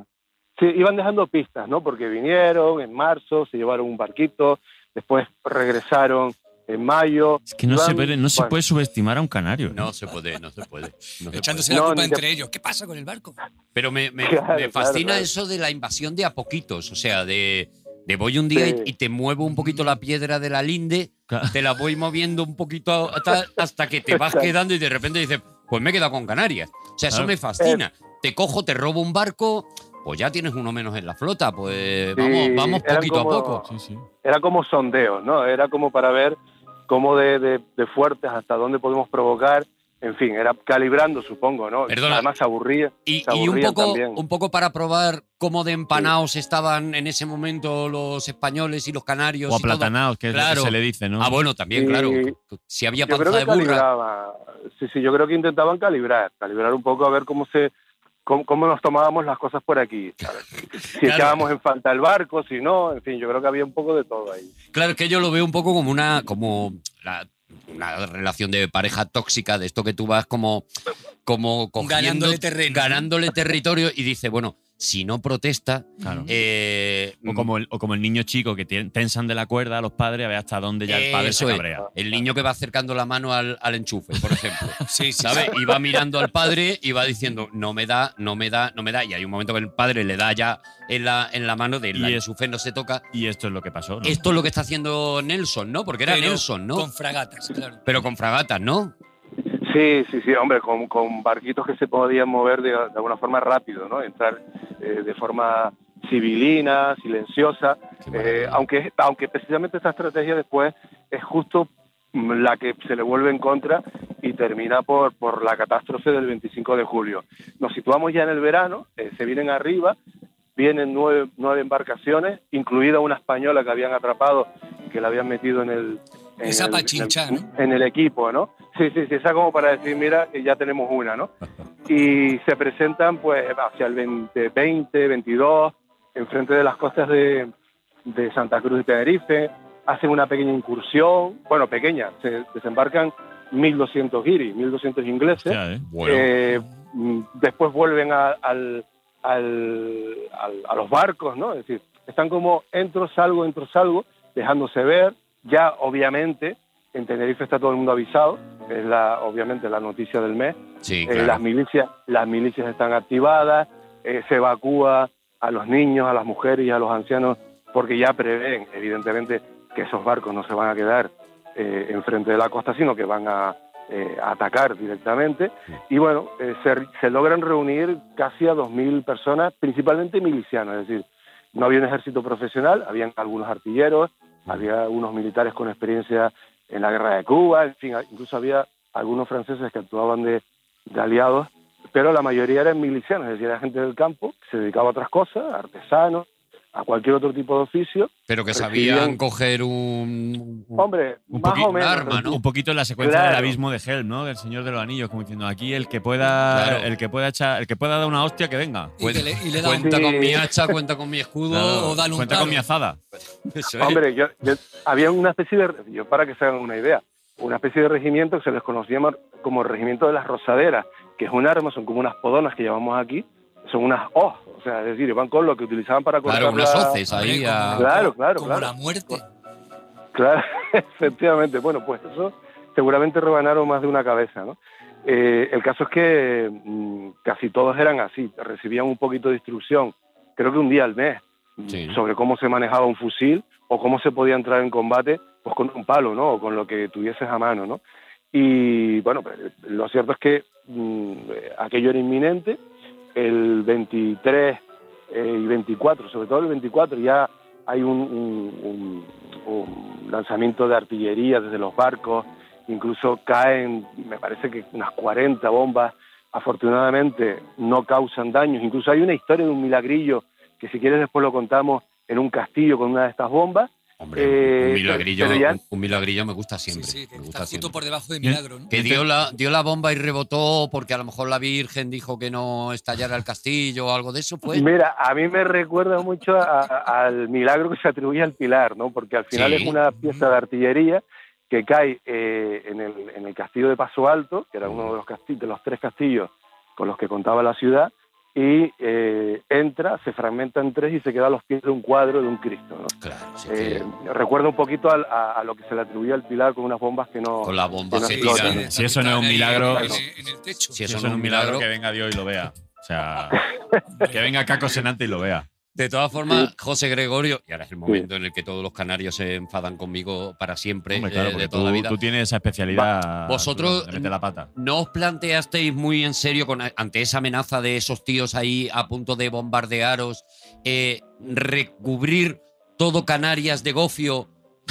sí, iban dejando pistas, ¿no? Porque vinieron en marzo, se llevaron un barquito, después regresaron en mayo.
Es que no, se
Iván,
puede, no se
bueno.
puede subestimar a un
Pues
canario.
No se puede, no se puede. no se
Echándose
No,
la
ni
culpa
te-
entre ellos. ¿Qué pasa con el barco?
Pero me, me-
Claro,
me
claro,
fascina
claro.
eso de la invasión de a poquitos, o sea, de, de voy un día
Sí.
y, y te muevo un poquito la piedra de la linde,
Claro.
te la voy moviendo un poquito hasta, hasta que te vas quedando y de repente dices, pues me he quedado con Canarias. O sea, eso
Claro.
me fascina. Te cojo, te robo un barco, pues ya tienes uno menos en la flota,
Sí,
pues vamos, vamos
eran
poquito
como-
a poco.
Sí, sí.
Era como sondeo, ¿no? Era como para ver cómo de, de- de fuertes hasta dónde podemos provocar. En fin, era calibrando, supongo, ¿no?
Perdona.
Además se aburría.
Y,
se
y un,
aburrían
poco,
también.
un poco para probar cómo de empanaos estaban en ese momento los españoles y los canarios.
O
y todo.
aplatanados, que es lo que
Claro.
se le dice, ¿no?
Ah, bueno, también,
Y-
claro. Si había
Yo creo
panza
que
de burra.
calibraba. Sí, sí, yo creo que intentaban calibrar, calibrar un poco a ver cómo se cómo, cómo nos tomábamos las cosas por aquí. ¿sabes? Si
Claro.
echábamos en falta el barco, si no, en fin, yo creo que había un poco de todo ahí.
Claro, es que yo lo veo un poco como una, como la- una relación de pareja tóxica, de esto que tú vas como, como cogiendo,
Ganándole terreno, ¿no?
ganándole territorio y dice, bueno, si no protesta,
Claro.
eh,
O como, el, o como el niño chico que tien- tensan de la cuerda a los padres a ver hasta dónde ya el padre se
Eso es.
cabrea.
el niño que va acercando la mano al, al enchufe, por ejemplo.
Sí, sí.
¿Sabes? Y va mirando al padre y va diciendo, no me da, no me da, no me da. Y hay un momento que el padre le da ya en la, en la mano de
Y
la
es-
enchufe no se toca.
Y esto es lo que pasó. ¿no?
Esto es lo que está haciendo Nelson, ¿no? Porque era
Pero
Nelson, ¿no?
Con fragatas, claro.
Pero con fragatas, ¿no?
Sí, sí, sí, hombre, con, con barquitos que se podían mover de, de alguna forma rápido, ¿no? Entrar eh, de forma civilina, silenciosa,
Qué
eh,
maravilla.
aunque, aunque precisamente esta estrategia después es justo mm, la que se le vuelve en contra y termina por, por la catástrofe del 25 de julio. Nos situamos ya en el verano, eh, se vienen arriba, vienen nueve, nueve embarcaciones, incluida una española que habían atrapado, que la habían metido en el... en
Esa
el-
pachincha,
en el-
¿no?
en el equipo, ¿no? Sí, sí, sí, esa como para decir, mira, que ya tenemos una, ¿no? Y se presentan pues hacia el 20, 20 22, enfrente de las costas de, de Santa Cruz de Tenerife, hacen una pequeña incursión, bueno, pequeña, se desembarcan 1.200 guiris, 1.200 ingleses,
Hostia, ¿eh?
eh, mm, después vuelven a, al- al- al- a los barcos, ¿no? Es decir, están como entro, salgo, entro, salgo, dejándose ver. Ya, obviamente, en Tenerife está todo el mundo avisado, es la, obviamente la noticia del mes.
Sí,
Eh, las,
claro.
milicias, las milicias están activadas, eh, se evacúa a los niños, a las mujeres y a los ancianos, porque ya prevén, evidentemente, que esos barcos no se van a quedar eh, enfrente de la costa, sino que van a, eh, a atacar directamente. Y bueno, eh, se, se logran reunir casi a 2.000 personas, principalmente milicianos, es decir, no había un ejército profesional, habían algunos artilleros,
Mm.
había unos militares con experiencia en la guerra de Cuba, en fin, incluso había algunos franceses que actuaban de, de aliados, pero la mayoría eran milicianos, es decir, era gente del campo, que se dedicaba a otras cosas, a artesanos, a cualquier otro tipo de oficio.
Pero que
recibían-
sabían coger un. un-
Hombre,
Un
más
poquito
o menos.
arma, ¿no?
Un poquito la secuencia
Claro.
del abismo de Helm, ¿no? Del Señor de los Anillos, como diciendo aquí el que pueda,
Claro.
el que pueda echar, el que pueda dar una hostia que venga.
Y, que le, y le da un-
Cuenta con
Sí.
mi hacha, cuenta con mi escudo.
Claro. o dale un
Cuenta
palo.
con mi azada.
Eso es.
Hombre, yo, yo- había una especie de, yo para que se hagan una idea, una especie de regimiento que se les conocía mar- como regimiento de las rosaderas, que es un arma, son como unas podonas que llevamos aquí, son unas hoz, o sea, es decir, van con lo que utilizaban para cortar
Claro, unas
la-
hoces ahí.
Hombre,
a-
como-
Claro, claro,
como
claro.
la muerte.
Claro, efectivamente. Bueno, pues eso seguramente rebanaron más de una cabeza, ¿no? Eh, el caso es que mm, casi todos eran así, recibían un poquito de instrucción, creo que un día al mes,
Sí.
mm, sobre cómo se manejaba un fusil o cómo se podía entrar en combate, pues con un palo, ¿no? O con lo que tuvieses a mano, ¿no? Y bueno, pues, lo cierto es que mm, eh, aquello era inminente, el 23 eh, y 24, sobre todo el 24, ya hay un, un- un- un lanzamiento de artillería desde los barcos, incluso caen, me parece que unas 40 bombas, afortunadamente no causan daños, incluso hay una historia de un milagrillo que si quieres después lo contamos en un castillo con una de estas bombas.
Hombre, un
Eh,
milagrillo,
pero ya-
un, un milagrillo me gusta
Sí,
siempre.
sí, que está
me gusta
justo
siempre.
por debajo de milagro, ¿no?
Que dio la, dio la bomba y rebotó porque a lo mejor la Virgen dijo que no estallara el castillo o algo de eso, pues.
Mira, a mí me recuerda mucho a- a- al milagro que se atribuye al pilar, ¿no? Porque al final
Sí.
es una pieza de artillería que cae eh, en, el, en el castillo de Paso Alto, que era uno de los, castillos, de los tres castillos con los que contaba la ciudad, y eh, entra, se fragmenta en tres y se queda a los pies de un cuadro de un Cristo, ¿no?
Claro, sí,
Eh,
que
recuerda un poquito al- a, a lo que se le atribuía al pilar con unas bombas que no...
con la bomba
Sí,
se
sí,
tiran.
sí.
Si eso no es un
Ahí
milagro,
En,
eso-
en el techo.
Si
Si
eso no es un milagro.
que venga Dios y lo vea. O sea, que venga Caco Senante y lo vea.
De todas formas, José Gregorio, y ahora es el momento en el que todos los canarios se enfadan conmigo para siempre,
Hombre,
eh,
claro, porque
de toda
tú,
la vida.
tú tienes esa especialidad.
Vosotros-
Arturo, de meter la pata.
¿No os planteasteis muy en serio con, ante esa amenaza de esos tíos ahí a punto de bombardearos, eh, recubrir todo Canarias de gofio?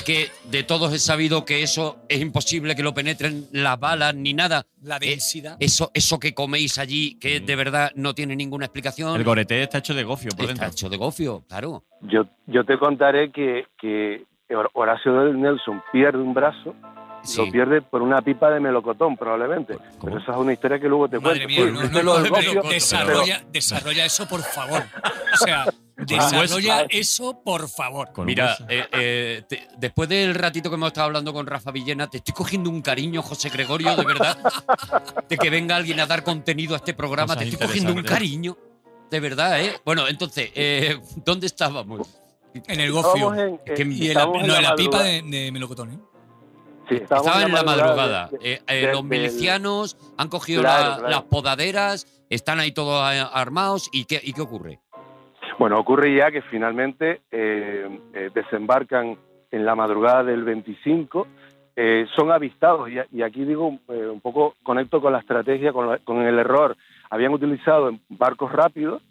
Que de todos he sabido que eso es imposible que lo penetren las balas ni nada.
La densidad.
Eso, eso que coméis allí, que de verdad no tiene ninguna explicación.
Mm. El gorete está hecho de gofio por
Está
dentro.
hecho de gofio, claro.
Yo, yo te contaré que, que Hor- Horacio del Nelson pierde un brazo
Sí.
lo pierde por una pipa de melocotón, probablemente. Pero esa es una historia que luego te
Madre
cuento.
mía,
Uy,
no,
viste
no,
lo
no,
del
pero
gofio,
desarrolla, desarrolla eso, por favor. O sea, desarrolla eso, por favor.
Con un
Mira,
hueso.
eh, eh, te- después del ratito que hemos estado hablando con Rafa Villena, te estoy cogiendo un cariño, José Gregorio, de verdad. De que venga alguien a dar contenido a este programa,
Cosas
te estoy cogiendo un
interesantes.
cariño. De verdad, ¿eh? Bueno, entonces, eh, ¿dónde estábamos?
Pues
En el gofio.
Estábamos en,
que
en-
Y en la,
estábamos
no, en la pipa
madrugada.
de, de melocotón, ¿eh?
Sí, estábamos
Estaban en la madrugada.
de- de-
Eh, eh,
de-
los
del-
milicianos han cogido
Claro,
la-
claro.
las podaderas, están ahí todos eh, armados. ¿Y qué, y qué ocurre?
Bueno, ocurre ya que finalmente eh, eh, desembarcan en la madrugada del 25, eh, son avistados, y, a- y aquí digo eh, un poco conecto con la estrategia, con, la- con el error. Habían utilizado barcos rápidos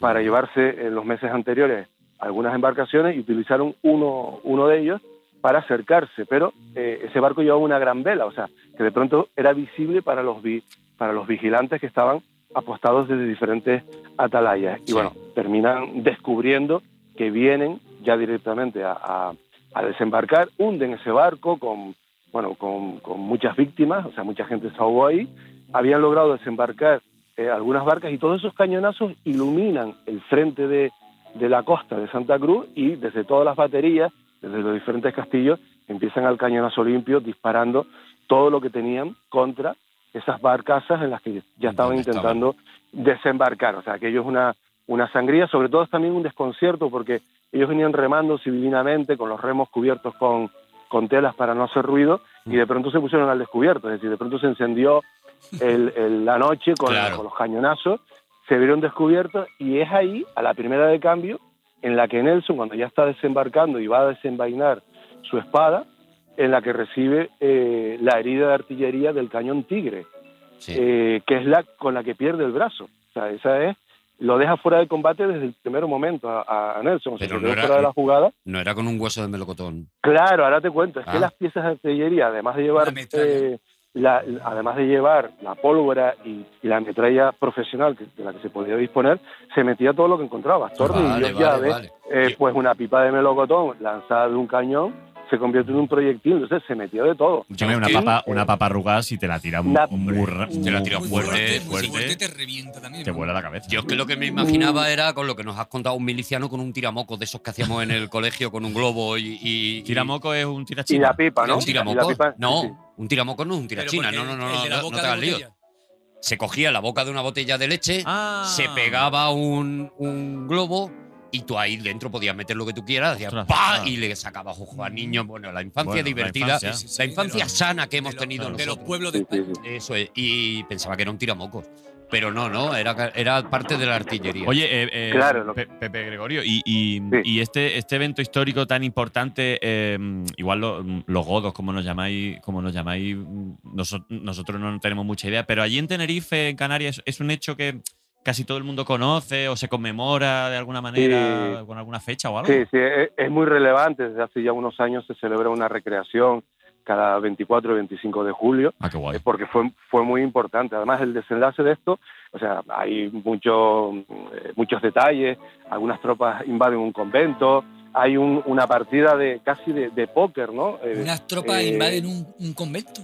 para llevarse en los meses anteriores algunas embarcaciones y utilizaron uno, uno de ellos para acercarse, pero eh, ese barco llevaba una gran vela, o sea, que de pronto era visible para los, vi- para los vigilantes que estaban apostados desde diferentes atalayas.
Sí.
Y bueno, terminan descubriendo que vienen ya directamente a, a- a desembarcar, hunden ese barco con, bueno, con, con muchas víctimas, o sea, mucha gente se ahogó ahí, habían logrado desembarcar eh, algunas barcas y todos esos cañonazos iluminan el frente de, de la costa de Santa Cruz y desde todas las baterías, desde los diferentes castillos, empiezan al cañonazo limpio disparando todo lo que tenían contra esas barcazas en las que ya estaban
¿Dónde estaban?
intentando desembarcar. O sea, aquello es una, una sangría, sobre todo es también un desconcierto porque ellos venían remando civilinamente con los remos cubiertos con, con telas para no hacer ruido
Mm.
y de pronto se pusieron al descubierto, es decir, de pronto se encendió el- el- la noche con,
Claro.
con los cañonazos, se vieron descubiertos y es ahí, a la primera de cambio, en la que Nelson, cuando ya está desembarcando y va a desenvainar su espada, en la que recibe eh, la herida de artillería del cañón Tigre
Sí.
eh, que es la con la que pierde el brazo. O sea, esa es, lo deja fuera de combate desde el primer momento a, a Nelson. O sea,
Pero
se
no
quedó
era-
fuera de la jugada.
no era con un hueso de melocotón.
Claro, ahora te cuento, es
Ah.
que las piezas de artillería, además de llevar
La metralla.
eh, la, además de llevar la pólvora y, y la metralla profesional que- de la que se podía disponer, se metía todo lo que encontraba,
Vale,
tornillos,
vale,
llaves,
vale.
eh,
Sí.
pues una pipa de melocotón lanzada de un cañón se convirtió en un proyectil, entonces se metió de todo.
Escúchame, una
Sí.
papa, una papa arrugada si te la tira muy,
Una-
muy ra-
Te la tira
muy
fuerte,
muy fuerte, te revienta también.
te
¿no?
vuela la cabeza.
Yo es que lo que me imaginaba era con lo que nos has contado un miliciano con un tiramoco de esos que hacíamos en el colegio con un globo y. y- y-
Tiramoco es un
Y
tirachina.
la pipa, ¿no?
¿Un
Y
tiramoco?
la pipa-
no,
sí, sí.
un tiramoco no es un
Pero
tirachina.
porque
No, no, no,
el
no,
de la
no,
boca
no te
de
hagas lío.
botella.
Se cogía la boca de una botella de leche,
Ah.
se pegaba un, un globo y tú ahí dentro podías meter lo que tú quieras, hacías
Ostras,
¡pa!
ah.
y le sacabas ojo a niños. Bueno, la infancia
Bueno, la
divertida, la
infancia.
infancia,
Sí,
sí, sí, de los-
sana que hemos
de los-
tenido
De los
nosotros.
pueblos de
Sí, sí,
España.
sí.
Eso es, y pensaba que era un tiramocos. Pero no, no, era, era parte de la artillería.
Oye, eh, eh,
Claro, lo-
Pe- Pepe Gregorio, y, y-
Sí.
y este, este evento histórico tan importante, eh, igual lo- los godos, como nos llamáis, como nos llamáis noso- nosotros no tenemos mucha idea, pero allí en Tenerife, en Canarias, es un hecho que casi todo el mundo conoce o se conmemora de alguna manera,
Sí.
con alguna fecha o algo.
Sí, sí, es, es muy relevante. Desde hace ya unos años se celebra una recreación cada 24 y 25 de julio,
Ah, qué guay.
eh, porque fue, fue muy importante. Además, el desenlace de esto, o sea, hay mucho, eh, muchos detalles, algunas tropas invaden un convento, hay un- una partida de casi de, de póker, ¿no? Eh,
Unas tropas
eh,
invaden un, un convento.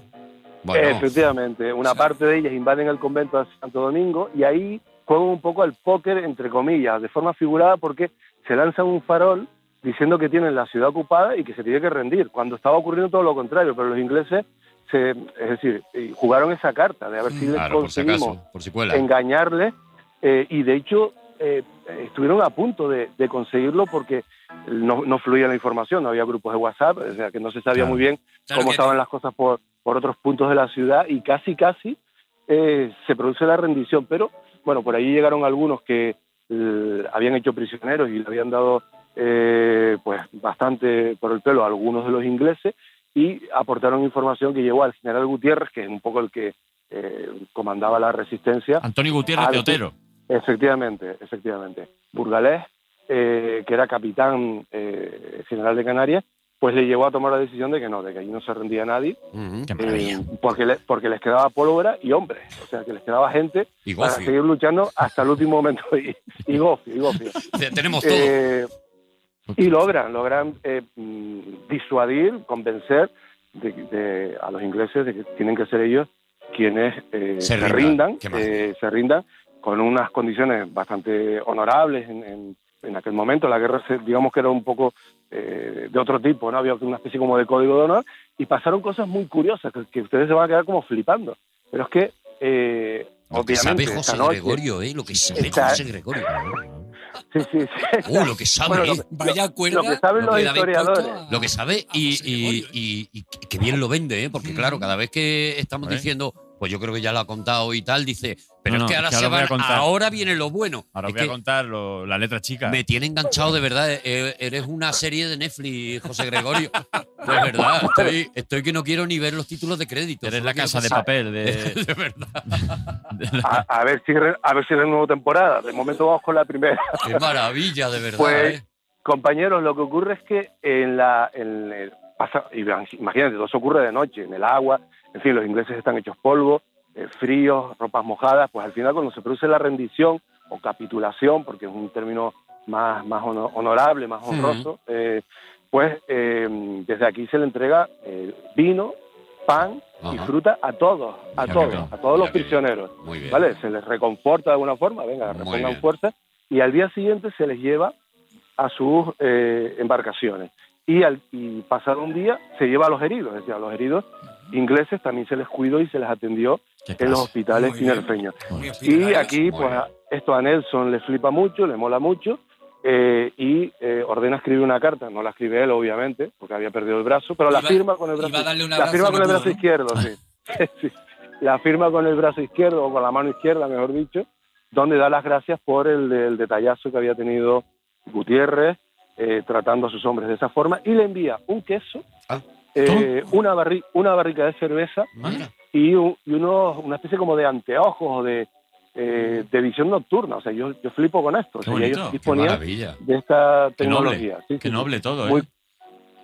bueno,
Efectivamente, una
O sea-
parte de ellas invaden el convento de Santo Domingo y ahí juegan un poco al póker, entre comillas, de forma figurada porque se lanzan un farol diciendo que tienen la ciudad ocupada y que se tiene que rendir, cuando estaba ocurriendo todo lo contrario, pero los ingleses, se, es decir, eh, jugaron esa carta de a ver si les
claro, por si
conseguimos
acaso, por si cuela.
engañarle eh, y de hecho eh, estuvieron a punto de, de conseguirlo porque no, no fluía la información, no había grupos de WhatsApp, o sea que no se sabía
Claro.
muy bien
Claro
cómo
que-
estaban las cosas por, por otros puntos de la ciudad y casi, casi eh, se produce la rendición. Pero bueno, por ahí llegaron algunos que eh, habían hecho prisioneros y le habían dado eh, pues bastante por el pelo a algunos de los ingleses y aportaron información que llegó al general Gutiérrez, que es un poco el que eh, comandaba la resistencia,
Antonio Gutiérrez
Ah,
de
sí.
Otero.
Efectivamente, efectivamente. Burgalés, eh, que era capitán eh, general de Canarias, pues le llevó a tomar la decisión de que no, de que allí no se rendía nadie,
Ujú.
Qué
eh,
maravilla.
porque, le- porque les quedaba pólvora y hombres, o sea, que les quedaba gente
Y
para
gofio.
seguir luchando hasta el último momento. Y, y gofio, y gofio.
Te- Tenemos todo.
Eh, y logran, logran eh, mm, disuadir, convencer de- de- a los ingleses de que tienen que ser ellos quienes eh,
Se
se,
rindan.
rindan,
¿Qué más?
eh, se rindan con unas condiciones bastante honorables en, en- en aquel momento. La guerra, se- digamos que era un poco eh, de otro tipo, no había una especie como de código de honor y pasaron cosas muy curiosas que, que ustedes se van a quedar como flipando. Pero es que eh,
Lo que
obviamente.
sabe José
esta noche.
Gregorio, ¿eh? Lo que sabe
Esta-
José Gregorio.
Sí, sí, sí.
Uh, lo que sabe,
Bueno,
¿eh?
lo-
Vaya cuerda.
lo que saben
lo
los
que le habéis puesto
historiadores.
a-
Lo que sabe
a
y,
José
y,
Gregorio, ¿eh?
y- y que- que bien lo vende, ¿eh? Porque claro, cada vez que estamos
¿Eh?
diciendo, pues yo creo que ya lo ha contado y tal, dice, pero
No,
es que
no,
ahora
es que
se
ahora voy
van,
a contar.
ahora viene lo bueno.
Ahora
Es
os voy a
que
contar lo- la letra chica.
me tiene enganchado de verdad, eh, eh, eres una serie de Netflix, José Gregorio. De verdad, estoy, estoy que no quiero ni ver los títulos de crédito.
Eres
solo
la
quiero
casa
que
de
sa-
papel de.
De verdad.
A, a ver si re- a ver si renuevo temporada. De momento vamos con la primera.
Qué maravilla, de verdad.
Pues-
¿eh?
Compañeros, lo que ocurre es que en la en el- pasa- imagínate, todo eso ocurre de noche, en el agua, en fin, los ingleses están hechos polvo, eh, fríos, ropas mojadas, pues al final cuando se produce la rendición o capitulación, porque es un término más, más hono- honorable, más honroso, eh, pues eh, desde aquí se le entrega eh, vino, pan y
Ajá.
fruta a todos, a
Mira
qué
todos,
bien,
a todos los
mira qué bien.
prisioneros.
Muy bien.
¿vale? Se les reconforta de alguna forma, venga,
Muy
repongan
bien.
fuerza, y al día siguiente se les lleva a sus eh, embarcaciones. Y, al, y pasado un día se lleva a los heridos, es decir, a los heridos ingleses también se les cuidó y se les atendió
Qué
en los
clase.
hospitales
Muy bien.
tinerfeños.
Muy
Y
hospitalario.
aquí,
Muy
pues,
bien.
a- esto a Nelson le flipa mucho, le mola mucho, eh, y eh, ordena escribir una carta. No la escribe él, obviamente, porque había perdido el brazo, pero la
Iba-
firma con el brazo
Iba a darle un
la
abrazo.
firma
no
con el
pudo,
brazo
¿no?
izquierdo, sí. Sí. La firma con el brazo izquierdo, o con la mano izquierda, mejor dicho, donde da las gracias por el, el detallazo que había tenido Gutiérrez eh, tratando a sus hombres de esa forma y le envía un queso,
Ah.
eh, una, barri- una barrica de cerveza
Mira.
y, un- y unos, una especie como de anteojos o de, eh, de visión nocturna. O sea, yo, yo flipo con esto. O sea,
Qué
y
bonito,
ellos
qué
Qué
disponían
maravilla.
de esta
Qué noble,
tecnología. Sí, sí,
Qué
sí.
noble todo, ¿eh?
Muy-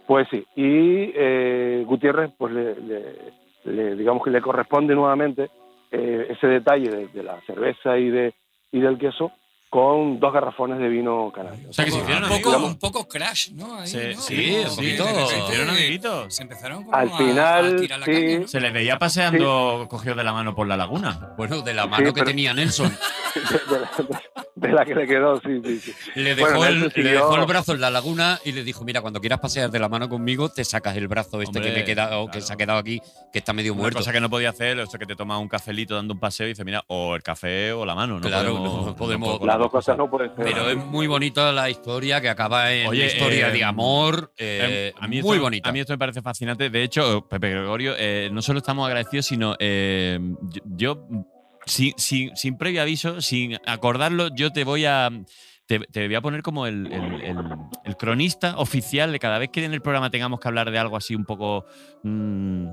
pues sí, y eh, Gutiérrez, pues le, le- le- digamos que le corresponde nuevamente eh, ese detalle de, de la cerveza y de y del queso con dos garrafones de vino canario.
O sea, que se hicieron
un
amigos.
poco, un poco crash, ¿no? Ahí,
Se-
¿no?
sí,
Como
un
que de
poquito.
repente
Se hicieron amiguitos.
Se empezaron como
Al
a-
final,
a tirar la
sí.
caña, ¿no?
Se les veía paseando cogido de la mano por la laguna.
Bueno, de la mano que
pero-
tenía Nelson.
De la, de la que le quedó, sí, sí, sí.
Le dejó,
Bueno,
el,
Nelson
le dejó
siguió-
el brazo en la laguna y le dijo, mira, cuando quieras pasear de la mano conmigo, te sacas el brazo este
Hombre,
que, te queda, o que
claro.
se ha quedado aquí, que está medio
Una
muerto.
cosa que no podía hacer, o sea, que te tomas un cafelito dando un paseo y dices, mira, o el café o la mano. No
Claro,
podemos,
no podemos-
puedo con
Las dos cosas no pueden ser.
Pero es muy bonita la historia que acaba en
Oye,
historia
eh,
de amor.
Eh,
eh,
a mí
muy
esto,
bonita.
A mí esto me parece fascinante. De hecho, Pepe Gregorio, eh, no solo estamos agradecidos, sino eh, yo, yo, sin, sin- sin previo aviso, sin acordarlo, yo te voy a. Te, te voy a poner como el, el- el- el cronista oficial de cada vez que en el programa tengamos que hablar de algo así un poco. mm,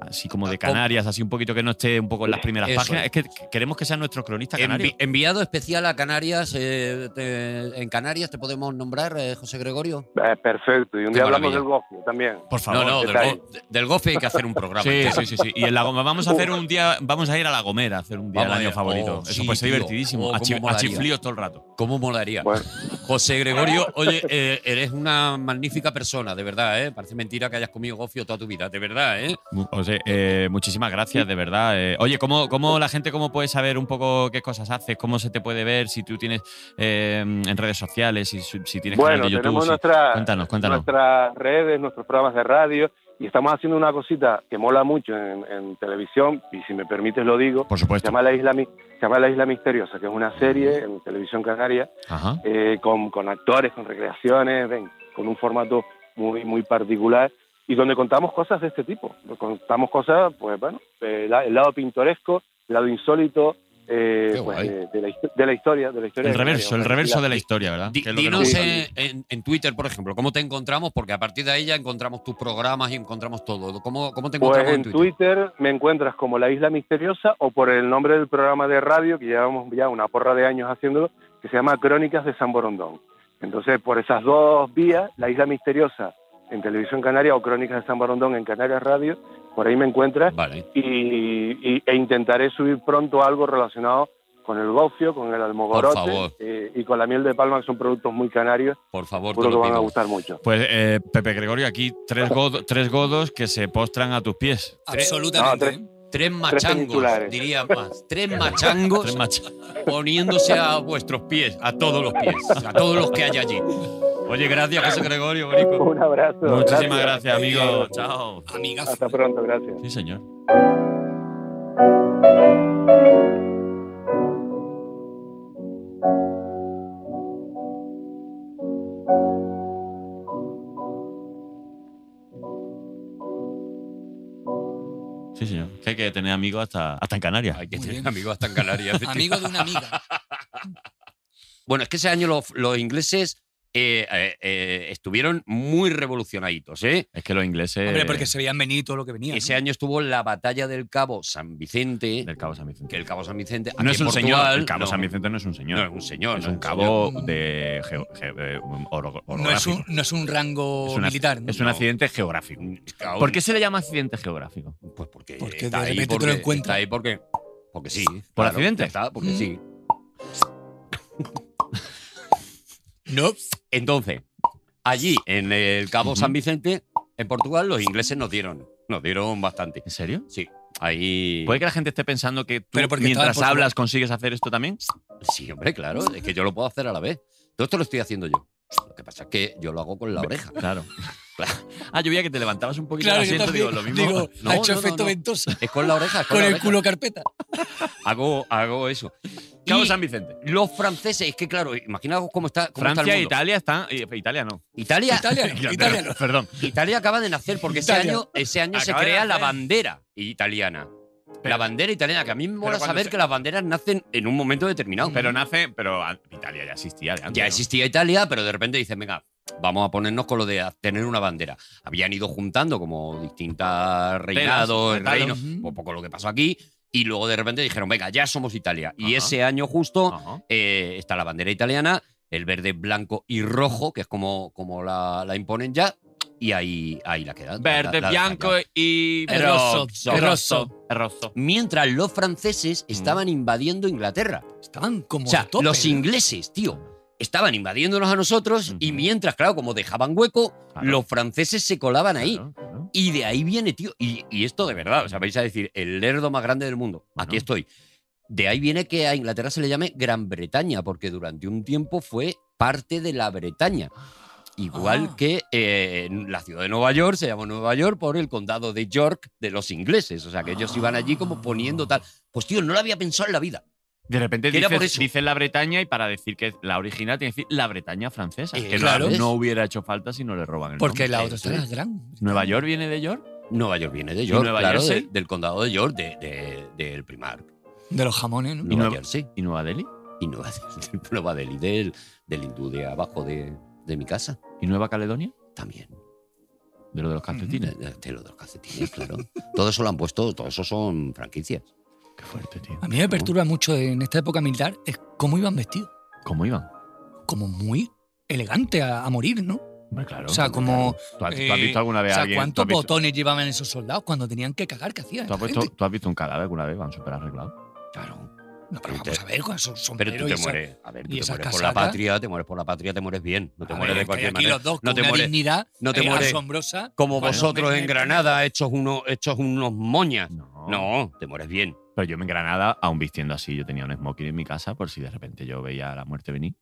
así como de
Ah, o-
Canarias, así un poquito que no esté un poco en las primeras
Eso
páginas. Es que queremos que sea nuestro cronista canario.
Envi- enviado especial a Canarias. eh, te- en Canarias te podemos nombrar, eh, José Gregorio.
Eh, perfecto, y un
Qué
día hablamos
maravilla.
del gofio también.
Por favor.
no, no, del,
detalle.
go- del gofe hay que hacer un programa.
Sí,
entero.
sí, sí, sí. Y en la Goma vamos a hacer un día, vamos a ir a La Gomera a hacer un día
Vamos
del año
a ir.
favorito.
Oh,
Eso
sí,
puede ser
tío.
divertidísimo.
Oh,
a,
cómo
chi- a
molaría.
chiflíos todo el rato.
¿Cómo molaría?
Bueno,
José Gregorio, oye, eh, eres una magnífica persona, de verdad, ¿eh? Parece mentira que hayas comido gofio toda tu vida, de verdad, ¿eh?
Mu- o sea, eh, muchísimas gracias, de verdad. Eh, oye, ¿cómo, ¿cómo la gente cómo puede saber un poco qué cosas haces? ¿Cómo se te puede ver? Si tú tienes eh, en redes sociales, si, su- si tienes
bueno
canal de YouTube.
tenemos
si-
nuestra,
Cuéntanos, cuéntanos.
nuestras redes, nuestros programas de radio y estamos haciendo una cosita que mola mucho en, en televisión y si me permites lo digo.
Por
Se
supuesto.
llama, la isla, Mi- se llama La Isla Misteriosa, que es una serie en televisión canaria
Ajá.
eh, con, con actores, con recreaciones, ven, con un formato muy, muy particular y donde contamos cosas de este tipo. Contamos cosas, pues bueno, eh, la- el lado pintoresco, el lado insólito eh,
Qué
pues,
guay.
de, de la, histo- de la historia. De la historia
El
de Canarias,
reverso,
o
el
sea,
reverso
la-
de la historia, ¿verdad?
Di-
Ah, Que es lo que nos
dinos
gusta.
eh, en, en Twitter, por ejemplo, cómo te encontramos, porque a partir de ahí ya encontramos tus programas y encontramos todo. ¿Cómo, cómo te
Pues
encontramos
en Twitter me encuentras como La Isla Misteriosa o por el nombre del programa de radio que llevamos ya una porra de años haciéndolo, que se llama Crónicas de San Borondón. Entonces, por esas dos vías, La Isla Misteriosa en Televisión Canaria o Crónicas de San Borondón en Canarias Radio, por ahí me encuentras
Vale.
y, y- e intentaré subir pronto algo relacionado con el gofio, con el
Por favor.
almogorote eh, y con la miel de palma, que son productos muy canarios,
Por favor, te
seguro que
lo
van a
pido.
gustar mucho.
Pues eh, Pepe Gregorio, aquí tres, godo- tres godos que se postran a tus pies.
Absolutamente.
No, tres-
¿eh?
Tres machangos,
peninsulares.
diría más. Tres machangos
Tres machos.
poniéndose a vuestros pies, a todos los pies, a todos los que hay allí. Oye, gracias, José Gregorio, bonico.
Un abrazo.
Muchísimas gracias, amigo. Chao.
Amigazo.
Hasta pronto, gracias.
Sí, señor. Sí, señor. Que hay que tener amigos hasta, hasta en Canarias.
Hay que
Muy
tener
bien.
amigos hasta en Canarias.
Amigo de una amiga.
Bueno, es que ese año los, los ingleses eh, eh, eh, estuvieron muy revolucionaditos. ¿eh?
Es que los ingleses.
Hombre, porque se veían venir todo lo que venía.
Ese año estuvo la batalla del Cabo San Vicente,
Del Cabo San Vicente.
que el Cabo San Vicente.
no
aquí
es
en
un señor.
Portugal,
El Cabo
no,
San Vicente no es un señor.
No es un señor,
es
no
un cabo de. geo- ge- eh, oro-
¿no? No es,
orográfico.
un, no es un rango
Es una-
militar. ¿no?
Es un
No.
accidente geográfico.
Cabo-
¿Por qué se le llama accidente geográfico?
Pues porque,
Porque
está
de
ahí
repente te
porque-
lo encuentras.
Está ahí porque, porque sí. ¿Por
accidente?
Está, porque
Mm.
sí.
Mm.
No,
Entonces, allí, en el Cabo San Vicente, en Portugal, los ingleses nos dieron. Nos dieron bastante.
¿En serio?
Sí. Ahí.
Puede que la gente esté pensando que tú,
Pero porque
mientras
estaba en
hablas, consigues hacer esto también.
Sí, hombre, claro. Es que yo lo puedo hacer a la vez. Todo esto lo estoy haciendo yo. Lo que pasa es que yo lo hago con la oreja.
Claro. ah, yo veía que te levantabas un poquito
claro,
del
yo
asiento,
también.
digo, lo mismo.
digo,
No,
ha hecho
no, no,
efecto
no.
ventosa.
Es con la oreja. es con,
Con
la
el
oreja.
culo carpeta.
Hago, hago eso.
Cabo
Y
San Vicente.
los franceses, es que claro, imaginaos cómo está, cómo está el
Francia e
mundo.
Italia están. eh, Italia no.
Italia.
Italiano, italiano.
Perdón.
Italia acaba de nacer porque ese
Italia.
año, ese año se
Acaba de
crea la
nacer.
bandera italiana. la
Pero-
bandera italiana, que a mí me mola
cuando
saber
se-
que las banderas nacen en un momento determinado.
Pero nace. Pero ah, Italia ya existía de antes.
Mm. ya
¿no?
existía Italia, pero de repente dicen, venga, vamos a ponernos con lo de tener una bandera. Habían ido juntando como distintas reinados,
retalos.
reinos,
Ujú.
un poco pues, lo que pasó aquí, y luego de repente dijeron, venga, ya somos Italia. Y
Ajá.
ese año justo
Ajá.
eh, está la bandera italiana, el verde, blanco y rojo, que es como, como la, la imponen ya, y ahí, ahí la quedan.
Verde, blanco y.
El rosso, el rosso.
El rosso.
Mientras los
Mm.
franceses estaban invadiendo Inglaterra.
Estaban como
O sea,
a tope.
los ingleses, tío, estaban invadiéndonos a nosotros y
Ujú.
mientras, claro, como dejaban hueco,
Claro.
los franceses se colaban ahí.
Claro, claro.
Y de ahí viene, tío, y, y esto de verdad, o sea, vais a decir, el lerdo más grande del mundo, aquí
Bueno.
estoy. De ahí viene que a Inglaterra se le llame Gran Bretaña, porque durante un tiempo fue parte de la Bretaña. Igual
Ah.
que eh, la ciudad de Nueva York se llamó Nueva York por el condado de York de los ingleses. O sea, que ellos iban allí como
Ah.
poniendo tal. Pues, tío, no lo había pensado en la vida.
De repente
Que era por
dices,
eso.
dices la Bretaña y para decir que es la original tiene que decir la Bretaña francesa.
Eh,
que no-
claro.
no, hubiera hecho falta si no le roban el
Porque
nombre.
la otra está gran.
¿Nueva York viene de York?
Nueva York viene de York,
Nueva
claro,
Jersey?
de- del condado de York, de- de- del Primark.
De los jamones, ¿no?
Nueva
Nueva-
Jersey
¿Y Nueva Delhi?
y Nueva, Nueva Delhi, del, del hindú de abajo de, de mi casa
¿Y Nueva Caledonia?
también.
De lo de los calcetines.
De, de lo de los calcetines, claro. todo eso lo han puesto, todo eso son franquicias.
Qué fuerte, tío.
A mí me perturba mucho en esta época militar es cómo iban vestidos.
¿Cómo iban?
Como muy elegante a, a morir, ¿no?
Hombre, claro.
O sea, como.
¿Tú has, tú has
eh,
visto alguna
o
vez a
sea,
alguien?
¿cuántos
tú has visto-
botones llevaban esos soldados cuando tenían que cagar? ¿Qué hacían?
¿Tú has,
esta
puesto-
gente?
tú has visto un cadáver alguna vez? Van súper arreglados.
Claro.
No, pero
tú
vamos
te-
a ver, con esos
Pero
sombreros
tú
y
te
esa-
mueres. A ver, tú
y
te
esas
mueres por la
casacas.
patria, te mueres por la patria, te mueres bien. No te
A
mueres
ver, que hay
de cualquier
aquí
manera.
los dos
no
con
te
una
mueres.
dignidad
No te
eh,
mueres
asombrosa.
Como
Bueno,
vosotros
me-
en
me-
Granada, hechos unos, hechos unos moñas.
No.
No, te mueres bien.
Pero yo en Granada, aún vistiendo así, yo tenía un smoking en mi casa por si de repente yo veía la muerte venir.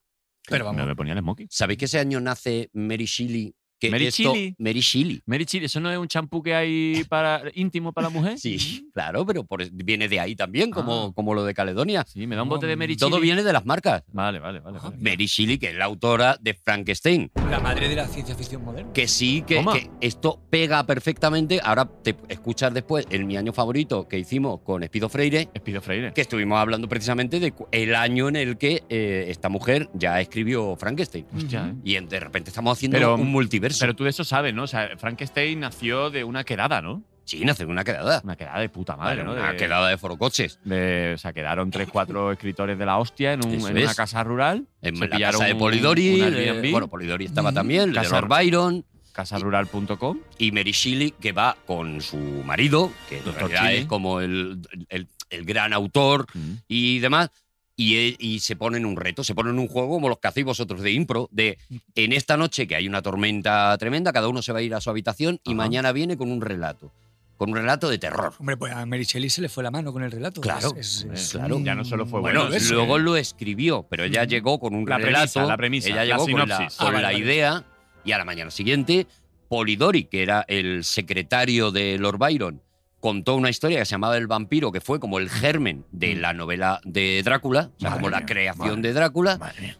Pero vamos.
No me ponía el smoking.
¿Sabéis que ese año nace Mary Shelley? Que
Mary
esto-
Shelley.
Mary Shelley.
Mary Chile, ¿eso no es un champú que hay para íntimo para la mujer?
Sí, claro, pero por- viene de ahí también, como,
Ah.
como lo de Caledonia.
Sí, me da un bote de Mary
Todo
Chili.
viene de Ah, las marcas.
Vale, vale, vale.
Ajá,
vale.
mira.
Mary Shelley, que es la autora de Frankenstein,
La madre de la ciencia ficción moderna.
que sí, que,
Toma.
que esto pega perfectamente. Ahora te escuchas después el mi año favorito que hicimos con Espido Freire,
Espido Freire.
que estuvimos hablando precisamente del el año en el que eh, esta mujer ya escribió Frankenstein.
Hostia, ¿eh?
Y en- de repente estamos haciendo
Pero-
un multiverso.
Pero tú de eso sabes, ¿no? O sea, Frankenstein nació de una quedada, ¿no?
sí, hacer una quedada.
Una quedada de puta madre, ¿no?
una
De-
quedada de forocoches.
de- o sea, quedaron tres, cuatro escritores de la hostia en, un-
Eso
en una
es.
casa rural.
En
Se
la
pillaron
casa de
un-
Polidori.
un
eh,
Airbnb. Mm,
bueno, Polidori estaba
Ujú.
también, el de
Casa-
Lord Byron.
casarural.com.
y Mary Shelley, que va con su marido, que en
Dr.
realidad
Shelley.
es como el, el- el gran autor y demás, y, e- y se ponen un reto, se ponen un juego como los que hacéis vosotros de impro, de
Mm.
en esta noche que hay una tormenta tremenda, cada uno se va a ir a su habitación y
Ajá.
mañana viene con un relato, con un relato de terror.
Hombre, pues a Mary Shelley se le fue la mano con el relato.
Claro,
Es- es-
hombre,
es
claro.
un-
Ya no solo fue
Bueno,
bueno, sí.
luego lo escribió, pero ella llegó con un
La
relato.
premisa, la premisa,
ella
la
llegó con la,
sinopsis.
con
Ah, vale,
la
vale.
idea y a la mañana siguiente, Polidori, que era el secretario de Lord Byron, contó una historia que se llamaba El vampiro, que fue como el germen
Mm.
de la novela de Drácula, o sea,
Madre
como la
mía,
creación
madre
de Drácula,
Madre mía.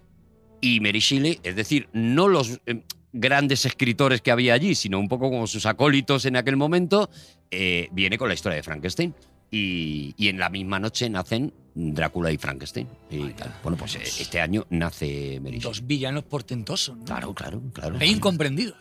y Mary Shelley, es decir, no los eh, grandes escritores que había allí, sino un poco como sus acólitos en aquel momento, eh, viene con la historia de Frankenstein. Y, y en la misma noche nacen Drácula y Frankenstein. Y tal. Bueno, pues eh, este año nace Mary Shelley.
Dos villanos portentosos. ¿no?
Claro, claro, claro.
E incomprendido.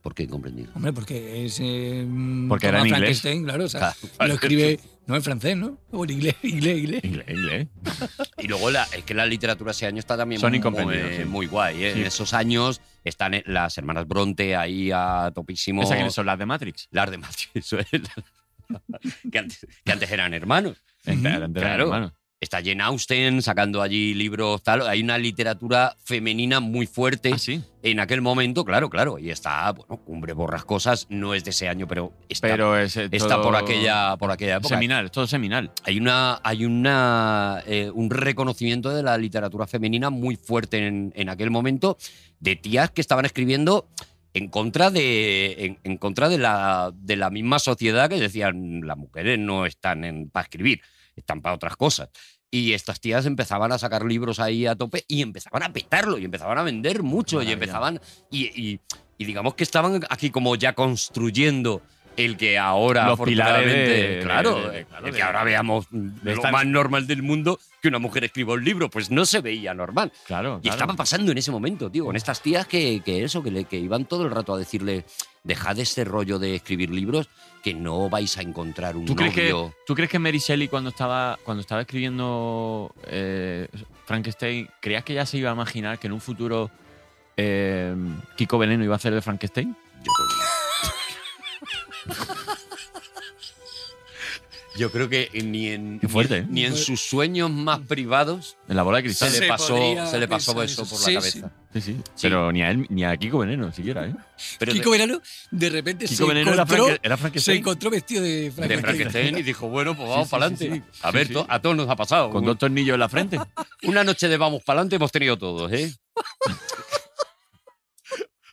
Porque incomprendido.
Hombre, porque es. eh, mm,
Porque era
Thomas
en inglés.
Frankenstein, claro. O sea, lo escribe. No en francés, ¿no? O en inglés, inglés, inglés.
Inglés, inglés.
Y luego la- es que la literatura ese año está también
Son
muy,
incomprendidos, sí.
muy guay. ¿eh?
Sí.
En esos años están eh, las hermanas Bronte ahí a topísimo.
¿Esas quiénes son las de Matrix?
Las de Matthew, eso es. que, antes, que antes eran hermanos. Claro.
hermano.
Está Jane Austen sacando allí libros, tal. Hay una literatura femenina muy fuerte
Ah, sí.
en aquel momento, claro, claro. Y está, bueno, Cumbre Borrascosas, no es de ese año, pero está,
Pero es. eh,
está
todo
por, aquella, por aquella época.
Seminal, es todo seminal.
Hay, una, hay una, eh, un reconocimiento de la literatura femenina muy fuerte en, en aquel momento, de tías que estaban escribiendo en contra de, en, en contra de, la, de la misma sociedad que decían las mujeres no están para escribir, están para otras cosas. Y estas tías empezaban a sacar libros ahí a tope y empezaban a petarlo y empezaban a vender mucho y
Maravilla.
empezaban y, y- y digamos que estaban aquí como ya construyendo el que ahora
Los pilares de-
afortunadamente,
de-
claro,
de- de- claro,
el que
de-
ahora veamos lo
esta-
más normal del mundo que una mujer escriba un libro, pues no se veía normal.
Claro.
Y
claro.
estaba pasando en ese momento, tío, con estas tías que, que eso, que, le, que iban todo el rato a decirle, dejad este rollo de escribir libros, que no vais a encontrar un
¿Tú crees, que,
novio.
¿Tú crees que Mary Shelley cuando estaba, cuando estaba escribiendo eh, Frankenstein, creías que ya se iba a imaginar que en un futuro eh, Kiko Veneno iba a hacer de Frankenstein?
Yo creo que... Yo creo que ni en,
Qué fuerte, ¿eh?
ni en sus sueños más privados
En la bola de
se,
cristal.
Sí.
le
Se
pasó,
podría
se le pasó
pensar
eso
eso.
por la
Sí, sí.
cabeza.
Sí, sí.
Sí.
Pero ni a él, ni a Kiko Veneno siquiera, ¿eh?
Pero
Kiko Verano, de repente
Kiko
se,
Veneno era,
encontró,
Franke- era
se
Frankenstein.
encontró vestido de
de
Frankenstein.
Frankenstein y dijo, bueno, pues
Sí,
vamos
sí,
para adelante.
sí, sí.
A ver,
Sí,
to-
sí.
a todos nos ha pasado.
Con dos tornillos en la frente.
Una noche de vamos para adelante hemos tenido todos, ¿eh?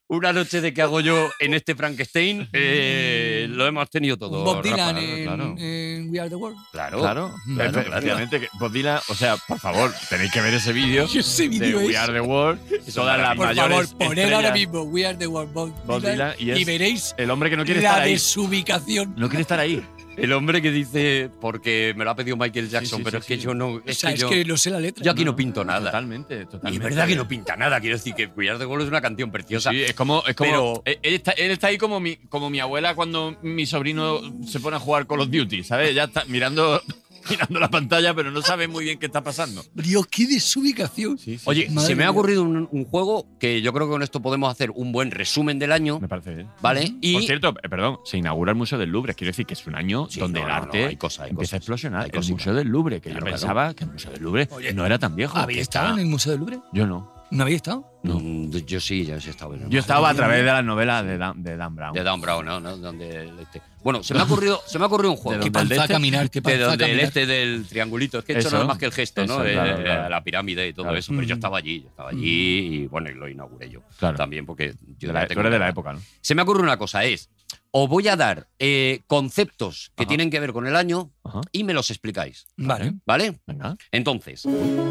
Una noche de que hago yo en este Frankenstein eh, lo hemos tenido todos.
Un Bob
Rafa,
Dylan en,
claro.
en We Are the World.
Claro.
Claro,
Claro,
claro,
claro.
efectivamente. que Bob Dylan, o sea, por favor, tenéis que ver ese vídeo
Yo ese
de
vídeo
We
es.
Are the World. Todas las
Por
mayores.
favor, poner ahora
estrellas,
mismo We Are the World Bob,
Bob
Dylan,
Dylan, y
y
es-
veréis
El hombre que no quiere estar
la
ahí.
desubicación.
No quiere estar ahí.
El hombre que dice, porque me lo ha pedido Michael Jackson,
sí,
pero
sí,
es que
sí.
yo no.
O
Es
sea,
que
es
yo,
que no sé la letra.
yo aquí no pinto nada.
Totalmente,
Y es
totalmente.
verdad que no pinta nada. Quiero decir que Cuidar de Gol es una canción preciosa.
Sí, es como. Es como
Pero-
él, él está, él está ahí como mi, como mi abuela cuando mi sobrino se pone a jugar Call of Duty, ¿sabes? Ya está mirando, mirando la pantalla, pero no sabe muy bien qué está pasando.
Dios, qué desubicación.
Oye,
Madre
se me ha
mía.
ocurrido un, un juego que yo creo que con esto podemos hacer un buen resumen del año,
Me parece bien.
¿vale? Y
Por cierto, eh, perdón, se inaugura el Museo del Louvre. Quiero decir que es un año
Sí,
donde
no,
el
no, no,
arte
hay cosas, hay
empieza a
cosas.
explosionar.
Hay
El
cosas.
Museo del Louvre, que
Claro,
yo
claro.
pensaba que el Museo del Louvre
Oye,
no era tan viejo.
¿Habéis estado en el Museo del Louvre?
Yo no.
¿No habéis estado?
No.
Mm, Yo sí, yo sí he estado en el
Yo estaba a
mía.
través de las novelas de Dan, de Dan Brown.
De Dan Brown, ¿no? ¿no? Donde el este. Bueno, se me ha ocurrido, se me ha ocurrido un juego.
¿De
Qué
donde el de
panza
este?
caminar, qué
De
panza
donde el
caminar.
este del triangulito. Es que he hecho
Eso.
nada más que el gesto,
Eso,
¿no? De-
claro, claro.
La pirámide y todo
Claro.
eso. Pero yo
Mm.
estaba allí, yo estaba allí y bueno, y lo inauguré yo.
Claro.
También porque yo
De la-
ya
tú
tengo
eres de la
una-
época, ¿no?
Se me ocurre una cosa, es, os voy a dar eh, conceptos que
Ajá.
tienen que ver con el año
Ajá.
y me los explicáis,
Vale.
¿vale?
Venga.
Entonces,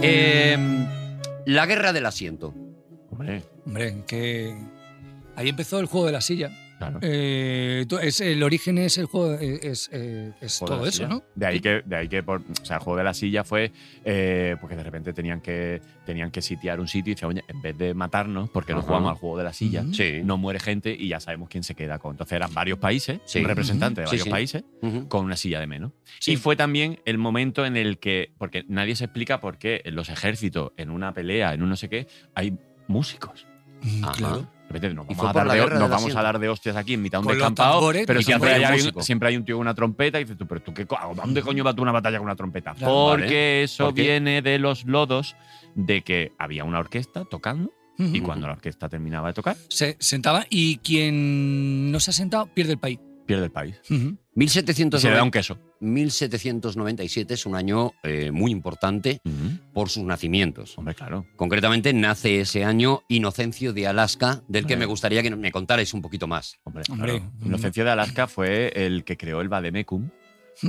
eh, la guerra del asiento.
Hombre,
Hombre, que. Ahí empezó el juego de la silla.
claro.
Eh, tú- es, el origen es el juego, es, eh, es
Juego de
todo
la
eso,
silla.
¿no?
De ahí que, de ahí que por, o sea, el juego de la silla fue eh, porque de repente tenían que, tenían que sitiar un sitio y decían, oye, en vez de matarnos, porque no
Ajá.
jugamos al juego de la silla,
Ujú.
Sí.
no muere gente y ya sabemos quién se queda con. Entonces eran varios países,
Sí.
un representante de
Sí,
varios
sí.
países,
Ujú.
con una silla de menos.
Sí.
Y fue también el momento en el que, porque nadie se explica por qué en los ejércitos, en una pelea, en un no sé qué, hay músicos.
Mm,
Ajá.
Claro.
De repente nos
fue
vamos, a
por
dar,
la
de,
guerra
nos
del
vamos a
asiento.
dar de hostias aquí en mitad de un
Con los
descampado,
tambores,
pero
y que
siempre hay,
haya
alguien-
músico.
siempre hay un tío con una trompeta y dices tú, pero tú qué, co- ¿a dónde coño va tú una batalla con una trompeta?
Mm. Claro.
Porque
Vale.
eso
¿Por qué?
viene de los lodos de que había una orquesta tocando y
Ujú.
cuando la orquesta terminaba de tocar,
Mm, Se sentaba y quien no se ha sentado pierde el país. Mm,
pierde el país.
Ujú.
Y se le da
1790
un queso.
1797 es un año eh, muy importante
Mm.
por sus nacimientos.
Hombre, claro.
Concretamente nace ese año Inocencio de Alaska, del que me
Vale.
gustaría que me contarais un poquito más.
Hombre,
Hombre, mm.
claro.
ujú.
Inocencio de Alaska fue el que creó el Vademecum,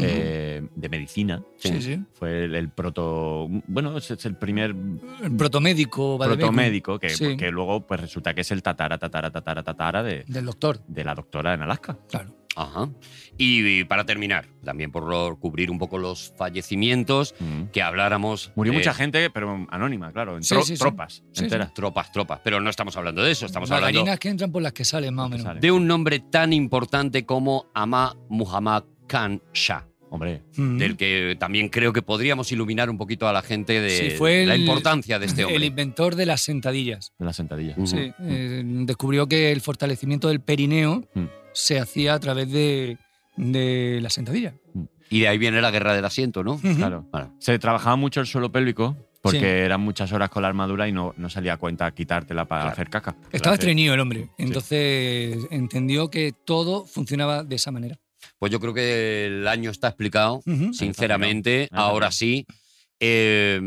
eh, de medicina.
Mm-hmm. Sí, sí.
Fue el, el proto. Bueno, es, es el primer
El protomédico, va de Beckham,
protomédico que,
Sí.
que luego pues resulta que es el tatara, tatara, tatara, tatara de,
Del doctor,
de la doctora en Alaska.
claro.
Ajá. Y, y para terminar, también por lo- cubrir un poco los fallecimientos, que habláramos.
Murió
de
mucha gente, pero anónima, claro, en
Sí,
tro-
sí, sí.
tropas
Sí,
enteras.
Tropas, tropas. Pero no estamos hablando de eso, estamos hablando
Bailarinas que entran por las que salen, más o
que
menos.
salen.
de un nombre tan importante como Ama Muhammad Khan Shah,
Hombre,
Mm.
del que también creo que podríamos iluminar un poquito a la gente de
Sí, fue
la
el-
importancia de este
El
hombre.
inventor de las sentadillas.
de la sentadilla.
Ujú.
Sí, eh, descubrió que el fortalecimiento del perineo
Mm.
se hacía a través de, de la sentadilla.
Y de ahí viene la guerra del asiento, ¿no?
Claro.
Bueno,
Se trabajaba mucho el suelo pélvico porque
Sí.
eran muchas horas con la armadura y no, no salía a cuenta quitártela para
Claro.
hacer caca.
Estaba
Hacer-
estreñido el hombre, entonces entendió que todo funcionaba de esa manera.
pues yo creo que el año está explicado,
Ujú.
sinceramente.
Ahí está
Ahora
explicado.
sí, eh,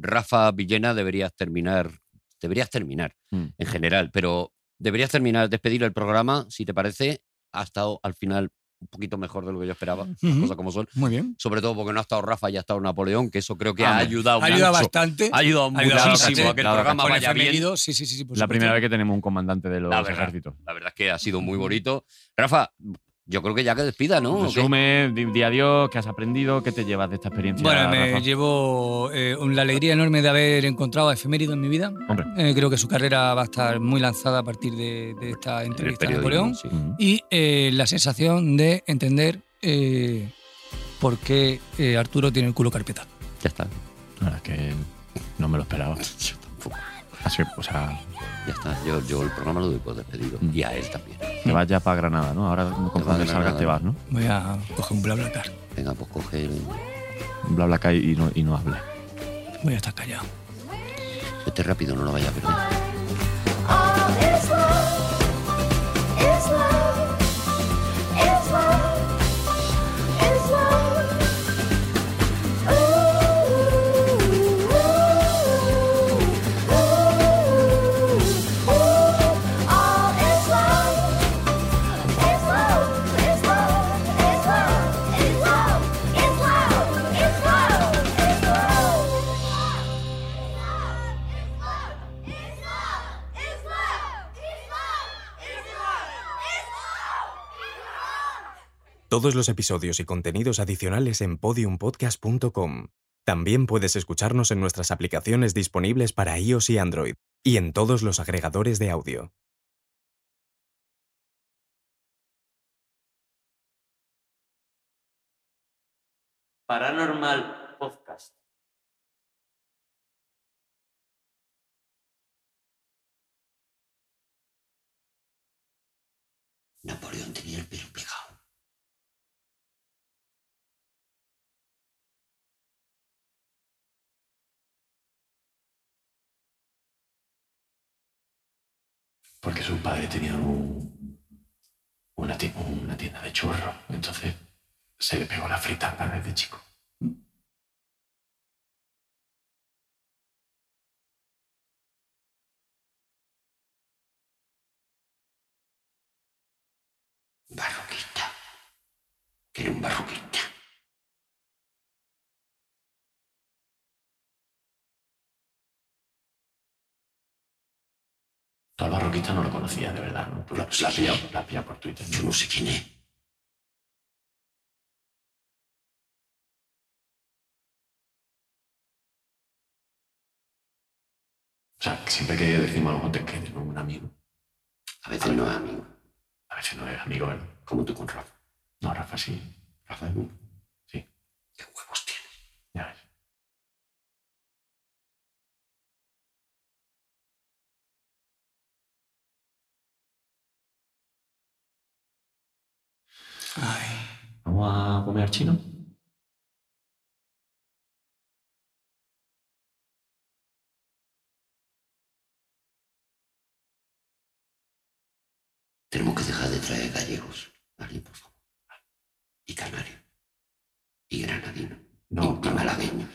Rafa Villena deberías terminar, deberías terminar
Mm.
en general, pero deberías terminar, despedir el programa, si te parece. Ha estado al final un poquito mejor de lo que yo esperaba, las
Ujú.
cosas como son.
Muy bien.
sobre todo porque no ha estado Rafa y ha estado Napoleón, que eso creo que ha
Hombre,
ayudado mucho.
Ayuda bastante.
Ha ayudado
Ha ayudado
muchísimo
bastante.
a que el
Claro,
programa
Con el
vaya bien.
femenido, sí, sí, sí. sí, por
La
supuesto.
primera vez que tenemos un comandante de los
La verdad.
ejércitos.
La verdad es que ha sido muy bonito. Rafa, yo creo que ya que despida, ¿no?
Pues
¿O qué?
Resume, di, di adiós, qué has aprendido, qué te llevas de esta experiencia.
Bueno, me
Rafa?
llevo eh, la alegría enorme de haber encontrado a Efemérido en mi vida.
Hombre.
Eh, creo que su carrera va a estar muy lanzada a partir de, de esta
En el
entrevista a
periodismo,
Napoleón.
sí.
Mm.
Y eh, la sensación de entender eh, por qué eh, Arturo tiene el culo carpeta.
Ya está,
La verdad es que no me lo esperaba. Así, o sea,
ya está. Yo, yo el programa lo doy por despedido.
Mm.
Y a él también.
te vas ya para Granada, ¿no? Ahora
vas
conforme
a
salgas
Granada.
te vas, ¿no?
Voy a coger un BlaBlaCar.
Venga, pues coge el-
Bla, bla, cae y no, y no hables.
Voy a estar callado.
Vete rápido, no lo vaya a perder.
Todos los episodios y contenidos adicionales en podiumpodcast.com. También puedes escucharnos en nuestras aplicaciones disponibles para iOS y Android, y en todos los agregadores de audio.
Paranormal Podcast.
Napoleón tenía el pelo pegado.
Porque su padre tenía un- una, ti- una tienda de churro. Entonces se le pegó la fritanga desde chico.
Barroquista. Que era un barroquista.
Tú al barroquista no lo conocías, de verdad. ¿no? Tú la, la, has pillado, la has pillado por Twitter.
Yo no sé quién es.
O sea, que siempre que decimos algo te que tenemos un amigo.
A veces no es amigo,
A veces no es amigo, ¿eh? ¿verdad?
como tú con Rafa.
No, Rafa, sí.
Rafa es mío.
Sí.
¿Qué huevos tiene?
Ya ves. ¿Vamos a comer chino?
Tenemos que dejar de traer gallegos, ¿vale? Por favor. Y canarios. Y granadinos.
No,
y, y
no.
malagueños.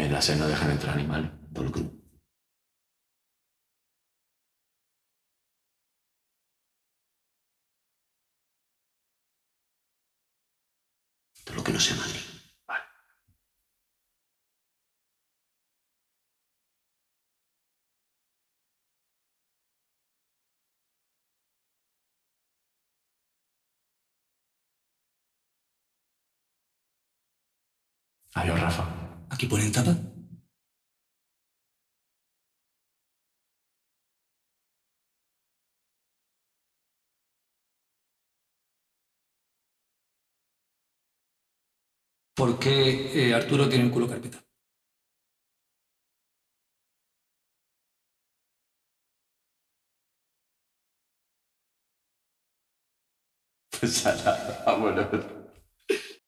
En la sed no dejan entrar animal por lo crudo. Todo lo que no sea Madrid. Adiós, Rafa.
¿Aquí ponen tapa? ¿Por qué eh, Arturo tiene el culo carpeta?
Pues a la- a bueno.